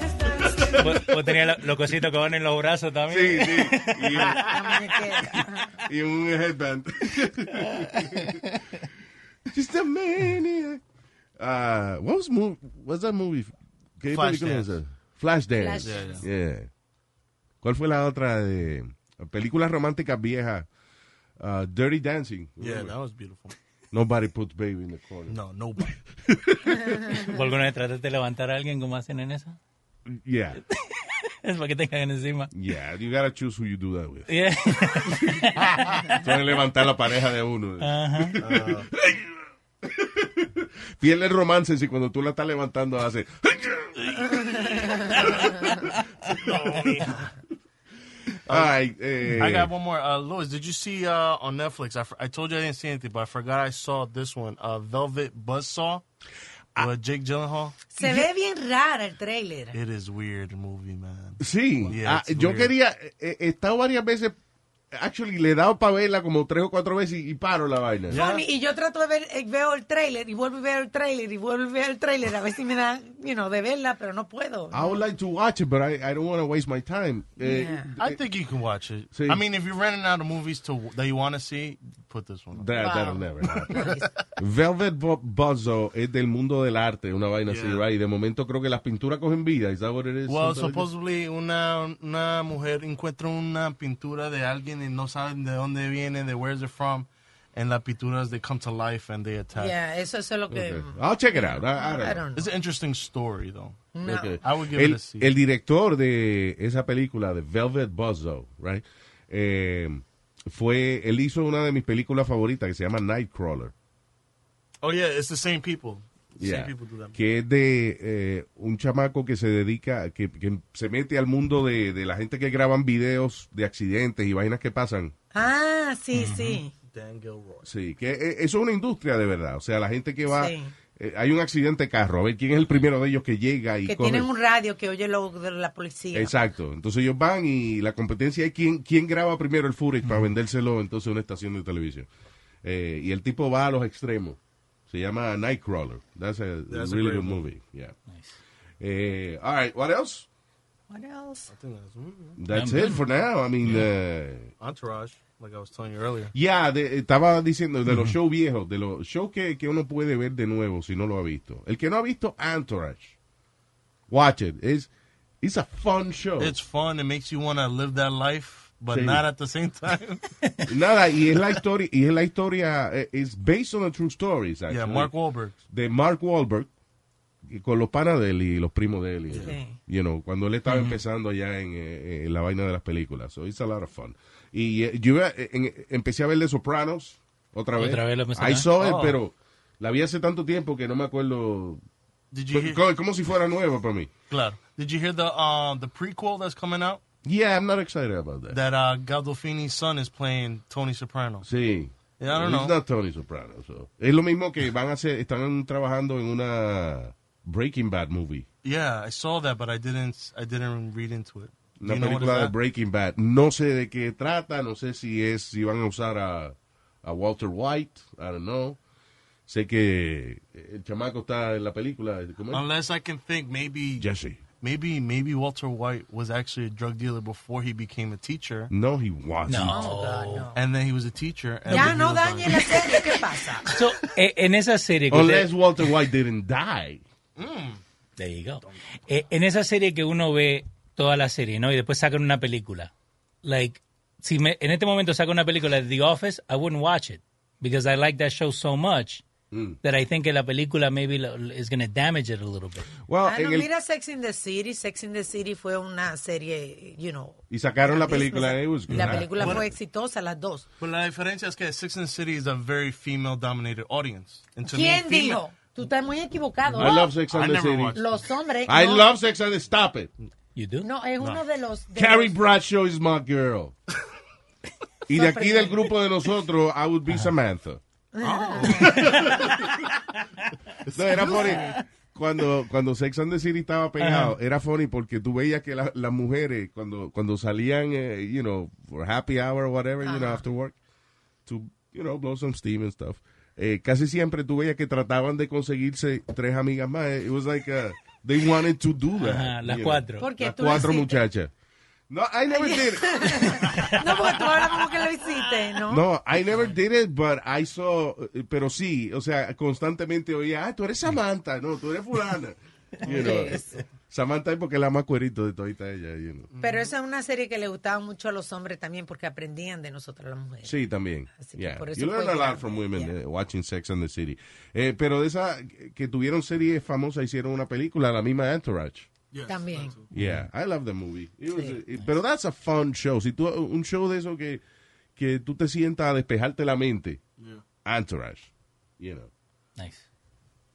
[SPEAKER 11] está. Vos, vos tenías lo- los cositos que van en los brazos también.
[SPEAKER 2] Sí, sí. Y un,
[SPEAKER 9] La muñequera.
[SPEAKER 2] y un headband. Just a maniac. Uh, what was mov- What's that movie? ¿Qué
[SPEAKER 16] Flashdance.
[SPEAKER 2] película es esa? Flashdance.
[SPEAKER 16] Flashdance.
[SPEAKER 2] Yeah. ¿Cuál fue la otra de películas románticas viejas? Uh, Dirty Dancing.
[SPEAKER 16] yeah, that was beautiful.
[SPEAKER 2] Nobody puts baby in the corner.
[SPEAKER 16] No, nobody.
[SPEAKER 11] ¿O alguna vez trataste de levantar a alguien como hacen en esa?
[SPEAKER 2] Yeah,
[SPEAKER 11] Es para que te caigan encima.
[SPEAKER 2] yeah. You gotta choose who you do that with.
[SPEAKER 11] Yeah.
[SPEAKER 2] Entonces levantar la pareja de uno.
[SPEAKER 11] Ajá.
[SPEAKER 2] Pierde el romance si cuando tú la estás levantando hace. All right, eh.
[SPEAKER 16] Oh, I got one more. Uh, Louis, did you see uh, on Netflix? I, f- I told you I didn't see anything, but I forgot I saw this one. Uh, Velvet Buzzsaw
[SPEAKER 2] Ah.
[SPEAKER 16] with Jake Gyllenhaal.
[SPEAKER 9] Se ve bien rara el trailer.
[SPEAKER 16] It is weird movie, man.
[SPEAKER 2] Sí,
[SPEAKER 16] Yeah,
[SPEAKER 2] ah,
[SPEAKER 16] it's
[SPEAKER 2] yo
[SPEAKER 16] weird.
[SPEAKER 2] quería, eh, he estado varias veces, actually le he dado para verla como tres o cuatro veces y, y paro la vaina.
[SPEAKER 9] Funny, y yo trato de ver, eh, veo el trailer y vuelvo y veo el trailer y vuelvo y veo el trailer a ver si me da, you know, de verla, pero no puedo.
[SPEAKER 2] I would like to watch it, but I, I don't want to waste my time. Eh,
[SPEAKER 9] Yeah.
[SPEAKER 16] I think you can watch it.
[SPEAKER 2] Sí.
[SPEAKER 16] I mean, if you're running out of movies to that you want to see, put this one. On.
[SPEAKER 2] That, That'll never happen. Velvet Bu- Buzzsaw es del mundo del arte, una vaina así, right? De momento creo que las pinturas cogen vida, is that what it is?
[SPEAKER 16] Well,
[SPEAKER 2] Something like that?
[SPEAKER 16] supposedly una, una mujer encuentra una pintura de alguien y no saben de dónde viene, de where's it from, and las pinturas they come to life and they attack.
[SPEAKER 9] Yeah, eso, eso es lo que...
[SPEAKER 2] Okay. I'll Oh, check it out. I- I don't
[SPEAKER 9] I
[SPEAKER 2] know.
[SPEAKER 9] don't know.
[SPEAKER 16] It's an interesting story though.
[SPEAKER 9] No.
[SPEAKER 2] Ok.
[SPEAKER 16] I would give
[SPEAKER 2] el,
[SPEAKER 16] it a C.
[SPEAKER 2] el director de esa película, de Velvet Buzzsaw, right? Eh, fue, él hizo una de mis películas favoritas que se llama Nightcrawler.
[SPEAKER 16] oh yeah, it's the same people. The
[SPEAKER 2] Yeah.
[SPEAKER 16] Same people do that.
[SPEAKER 2] que es de eh, un chamaco que se dedica, que, que se mete al mundo de, de la gente que graban videos de accidentes y vainas que pasan.
[SPEAKER 9] Ah, sí, sí.
[SPEAKER 16] Dan Gilroy.
[SPEAKER 2] Sí, que eh, eso es una industria de verdad. O sea, la gente que va
[SPEAKER 9] Sí.
[SPEAKER 2] eh, hay un accidente de carro, a ver quién es el primero de ellos que llega y
[SPEAKER 9] Que
[SPEAKER 2] coge.
[SPEAKER 9] tienen un radio que oye lo de la policía.
[SPEAKER 2] Exacto. Entonces ellos van y la competencia es quién, quién graba primero el footage para vendérselo entonces a una estación de televisión. Eh, y el tipo va a los extremos. Se llama Nightcrawler. That's a,
[SPEAKER 16] That's a
[SPEAKER 2] really good
[SPEAKER 16] great
[SPEAKER 2] movie. Yeah. Eh, all right, what else?
[SPEAKER 9] What else?
[SPEAKER 2] That's it for now. I mean, uh,
[SPEAKER 16] Entourage, like I was telling you earlier.
[SPEAKER 2] yeah, de- estaba diciendo de los shows viejos, de los shows que, que uno puede ver de nuevo si no lo ha visto. El que no ha visto Entourage, watch it. It's, it's a fun show.
[SPEAKER 16] It's fun. It makes you want to live that life, but
[SPEAKER 2] Sí.
[SPEAKER 16] not at the same time.
[SPEAKER 2] Nada, y es la historia, y es la historia, eh, it's based on a true story. actually.
[SPEAKER 16] Yeah, Mark Wahlberg.
[SPEAKER 2] De Mark Wahlberg, y con los panas de él y los primos de él. y,
[SPEAKER 16] Sí.
[SPEAKER 2] you know, cuando él estaba
[SPEAKER 16] Ujú.
[SPEAKER 2] empezando allá en, eh, en la vaina de las películas. So it's a lot of fun. Y eh, yo iba- en- empecé a ver The Sopranos otra vez.
[SPEAKER 11] Otra vez lo mencionaste.
[SPEAKER 2] I saw it,
[SPEAKER 11] Oh.
[SPEAKER 2] pero la vi hace tanto tiempo que no me acuerdo.
[SPEAKER 16] Did you hear-
[SPEAKER 2] como, como si fuera nueva para mí.
[SPEAKER 16] Claro. Did you hear the uh, the prequel that's coming out?
[SPEAKER 2] Yeah, I'm not excited about that.
[SPEAKER 16] That uh, Gandolfini's son is playing Tony Soprano.
[SPEAKER 2] Sí.
[SPEAKER 16] Yeah, I don't
[SPEAKER 2] It's
[SPEAKER 16] know.
[SPEAKER 2] not Tony Soprano. so. Es lo mismo que van a hacer, están trabajando en una Breaking Bad movie.
[SPEAKER 16] Yeah, I saw that, but I didn't. I didn't read into it. Do
[SPEAKER 2] Una
[SPEAKER 16] you know what
[SPEAKER 2] película de
[SPEAKER 16] it's at?
[SPEAKER 2] Breaking Bad. No sé de qué trata, no sé si es si van a usar a, a Walter White, I don't know. Sé que eh, el chamaco está en la película. ¿cómo es?
[SPEAKER 11] Ah.
[SPEAKER 16] Unless I can think, maybe
[SPEAKER 2] Jesse.
[SPEAKER 16] Maybe maybe Walter White was actually a drug dealer before he became a teacher.
[SPEAKER 2] No, he wasn't.
[SPEAKER 11] No.
[SPEAKER 16] And then he was a teacher. And
[SPEAKER 9] Ya
[SPEAKER 16] then he
[SPEAKER 9] no
[SPEAKER 16] was
[SPEAKER 9] dañe
[SPEAKER 16] on-
[SPEAKER 9] la serie, ¿qué pasa?
[SPEAKER 11] So, eh, en esa serie. que
[SPEAKER 2] Unless
[SPEAKER 11] usted-
[SPEAKER 2] Walter White didn't die.
[SPEAKER 11] There you go. Eh, en esa serie que uno ve toda la serie, ¿no? Y después sacan una película. Like, si me- en este momento sacan una película de The Office, I wouldn't watch it. Because I like that show so much
[SPEAKER 2] Mm.
[SPEAKER 11] that I think que la película maybe lo- is going to damage it a little bit.
[SPEAKER 2] Well,
[SPEAKER 9] Ah, no, mira Sex in the City. Sex in the City fue una serie, you know.
[SPEAKER 2] Y sacaron la
[SPEAKER 9] business.
[SPEAKER 2] película. it was good.
[SPEAKER 9] La película
[SPEAKER 16] Bueno.
[SPEAKER 9] fue exitosa, las dos.
[SPEAKER 16] But la diferencia es que Six and the City is a very female-dominated audience. And to me,
[SPEAKER 9] ¿Quién
[SPEAKER 16] female-
[SPEAKER 9] dijo? Tú estás muy equivocado. ¿eh?
[SPEAKER 2] I love Sex and
[SPEAKER 16] I
[SPEAKER 2] the
[SPEAKER 16] never
[SPEAKER 2] City.
[SPEAKER 16] watched it.
[SPEAKER 9] Los hombres.
[SPEAKER 2] I
[SPEAKER 9] no,
[SPEAKER 2] love Sex and the Stop It.
[SPEAKER 11] You do?
[SPEAKER 9] No, es uno de los. de
[SPEAKER 2] Carrie
[SPEAKER 9] los-
[SPEAKER 2] Bradshaw is my girl. y de aquí del grupo de nosotros, I would be Samantha.
[SPEAKER 11] Oh.
[SPEAKER 2] No, era funny. Cuando, cuando Sex and the City estaba pegado,
[SPEAKER 1] Ajá.
[SPEAKER 2] era funny porque tú veías que la- las mujeres, cuando, cuando salían, eh, you know, for happy hour or whatever, you know, after work, to, you know, blow some steam and stuff, eh, casi siempre tú veías que trataban de conseguirse tres amigas más. Eh, It was like, uh, they wanted to do that.
[SPEAKER 11] Ajá, las
[SPEAKER 2] you know.
[SPEAKER 11] cuatro.
[SPEAKER 9] Porque
[SPEAKER 2] Las
[SPEAKER 9] tú eh, lo
[SPEAKER 2] cuatro
[SPEAKER 9] hiciste.
[SPEAKER 2] muchachas. No, I never did it.
[SPEAKER 9] No, porque tú hablas como que lo hiciste, ¿no?
[SPEAKER 2] No, I never did it, but I saw, pero sí, o sea, constantemente oía, ah, tú eres Samantha, no, tú eres fulana. You know.
[SPEAKER 9] Yes.
[SPEAKER 2] Samantha es porque es la más cuerito de todita ella, you know.
[SPEAKER 9] Pero esa es una serie que le gustaba mucho a los hombres también porque aprendían de nosotras las mujeres.
[SPEAKER 2] Sí, también. Yeah.
[SPEAKER 9] por eso
[SPEAKER 2] You learn
[SPEAKER 9] fue
[SPEAKER 2] a lot
[SPEAKER 9] grande,
[SPEAKER 2] from women eh, watching Sex and the City. Eh, pero de esa que tuvieron series famosas, hicieron una película, la misma Entourage.
[SPEAKER 9] también.
[SPEAKER 2] Yeah,
[SPEAKER 9] Mm.
[SPEAKER 2] I love the movie. It was- it- pero that's a fun show. Si tú, un show de eso que, que tú te sientas a despejarte la mente. Entourage, you know.
[SPEAKER 11] Nice.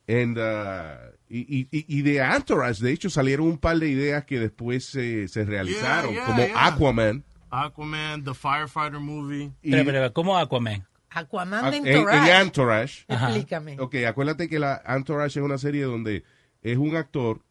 [SPEAKER 2] And, uh, y, y- y- y de Entourage, de hecho, salieron un par de ideas que después se, se realizaron,
[SPEAKER 16] yeah,
[SPEAKER 2] como
[SPEAKER 16] yeah.
[SPEAKER 2] Aquaman.
[SPEAKER 16] Aquaman, the firefighter movie.
[SPEAKER 2] Espera, espera,
[SPEAKER 11] ¿Cómo Aquaman?
[SPEAKER 9] Aquaman de
[SPEAKER 2] Ah, en,
[SPEAKER 9] Entourage.
[SPEAKER 2] en Entourage.
[SPEAKER 9] Ajá. Explícame.
[SPEAKER 2] Ok, acuérdate que la Entourage es una serie donde es un actor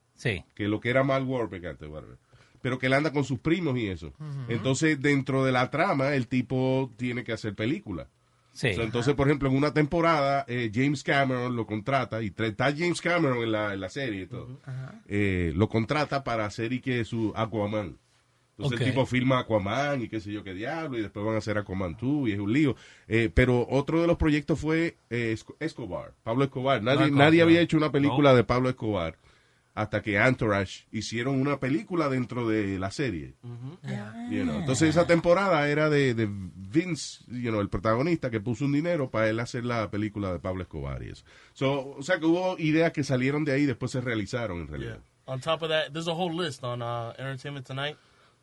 [SPEAKER 2] que lo que era Mark Wahlberg antes, whatever, pero que él anda con sus primos y eso.
[SPEAKER 1] Ujú.
[SPEAKER 2] Entonces, dentro de la trama, el tipo tiene que hacer película.
[SPEAKER 11] Sí.
[SPEAKER 2] So, entonces, por ejemplo, en una temporada, eh, James Cameron lo contrata, y tra- está James Cameron en la, en la serie y todo, eh, lo contrata para hacer y que su Aquaman. Entonces
[SPEAKER 1] Ok.
[SPEAKER 2] el tipo filma Aquaman y qué sé yo qué diablo, y después van a hacer Aquaman 2 y es un lío. Eh, pero otro de los proyectos fue eh, Esc- Escobar, Pablo Escobar. Nadie,
[SPEAKER 1] Narcos,
[SPEAKER 2] nadie
[SPEAKER 1] no.
[SPEAKER 2] había hecho una película
[SPEAKER 1] No.
[SPEAKER 2] de Pablo Escobar hasta que Entourage hicieron una película dentro de la serie.
[SPEAKER 9] Ah.
[SPEAKER 2] You know, Entonces esa temporada era de, de Vince, you know, el protagonista, que puso un dinero para él hacer la película de Pablo Escobar y eso. So, o sea que hubo ideas que salieron de ahí y después se realizaron en realidad.
[SPEAKER 16] On top of that, there's a whole list on uh, Entertainment Tonight.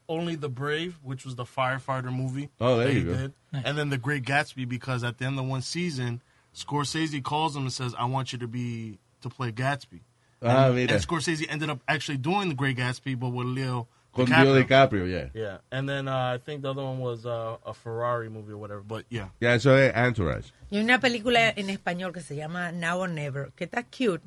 [SPEAKER 16] Only the Brave, which was the firefighter movie.
[SPEAKER 2] Oh, there
[SPEAKER 16] that
[SPEAKER 2] you
[SPEAKER 16] he
[SPEAKER 2] go.
[SPEAKER 16] And then the Great Gatsby, because at the end of one season, Scorsese calls him and says, "I want you to be to play Gatsby."
[SPEAKER 2] Ah,
[SPEAKER 16] and,
[SPEAKER 2] mira.
[SPEAKER 16] and Scorsese ended up actually doing the Great Gatsby, but with Leo
[SPEAKER 2] Con Leo DiCaprio, yeah.
[SPEAKER 16] Yeah, and then uh, I think the other one was uh, a Ferrari movie or whatever. But yeah,
[SPEAKER 2] Ya, eso es Entourage.
[SPEAKER 9] Y una película en español que se llama Now or Never, que está cute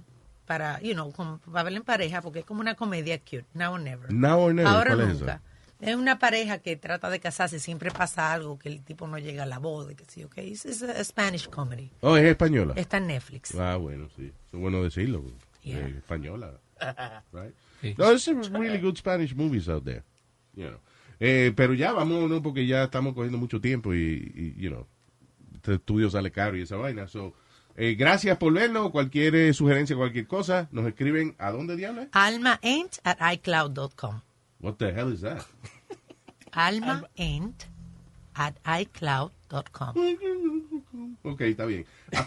[SPEAKER 9] para, you know, como para verla en pareja, porque es como una comedia cute, Now or Never.
[SPEAKER 2] Now or Never,
[SPEAKER 9] Ahora
[SPEAKER 2] ¿cuál es
[SPEAKER 9] nunca. Es, una pareja que trata de casarse, siempre pasa algo, que el tipo no llega a la boda, y que sí, ok. Es es a Spanish comedy.
[SPEAKER 2] Oh, es española.
[SPEAKER 9] Está en Netflix.
[SPEAKER 2] Ah, bueno, sí. Eso es bueno decirlo.
[SPEAKER 9] Yeah.
[SPEAKER 2] Eh, española. Right? No, there's some really good Spanish movies out there. You know. Eh, pero ya vamos, ¿no? Porque ya estamos cogiendo mucho tiempo y, y, you know, este estudio sale caro y esa vaina. So, eh, gracias por vernos. Cualquier eh, sugerencia, cualquier cosa, nos escriben a dónde diablos.
[SPEAKER 9] Almaent at iCloud.com.
[SPEAKER 2] What the hell is that?
[SPEAKER 9] Almaent at iCloud.com.
[SPEAKER 2] Ok, está bien.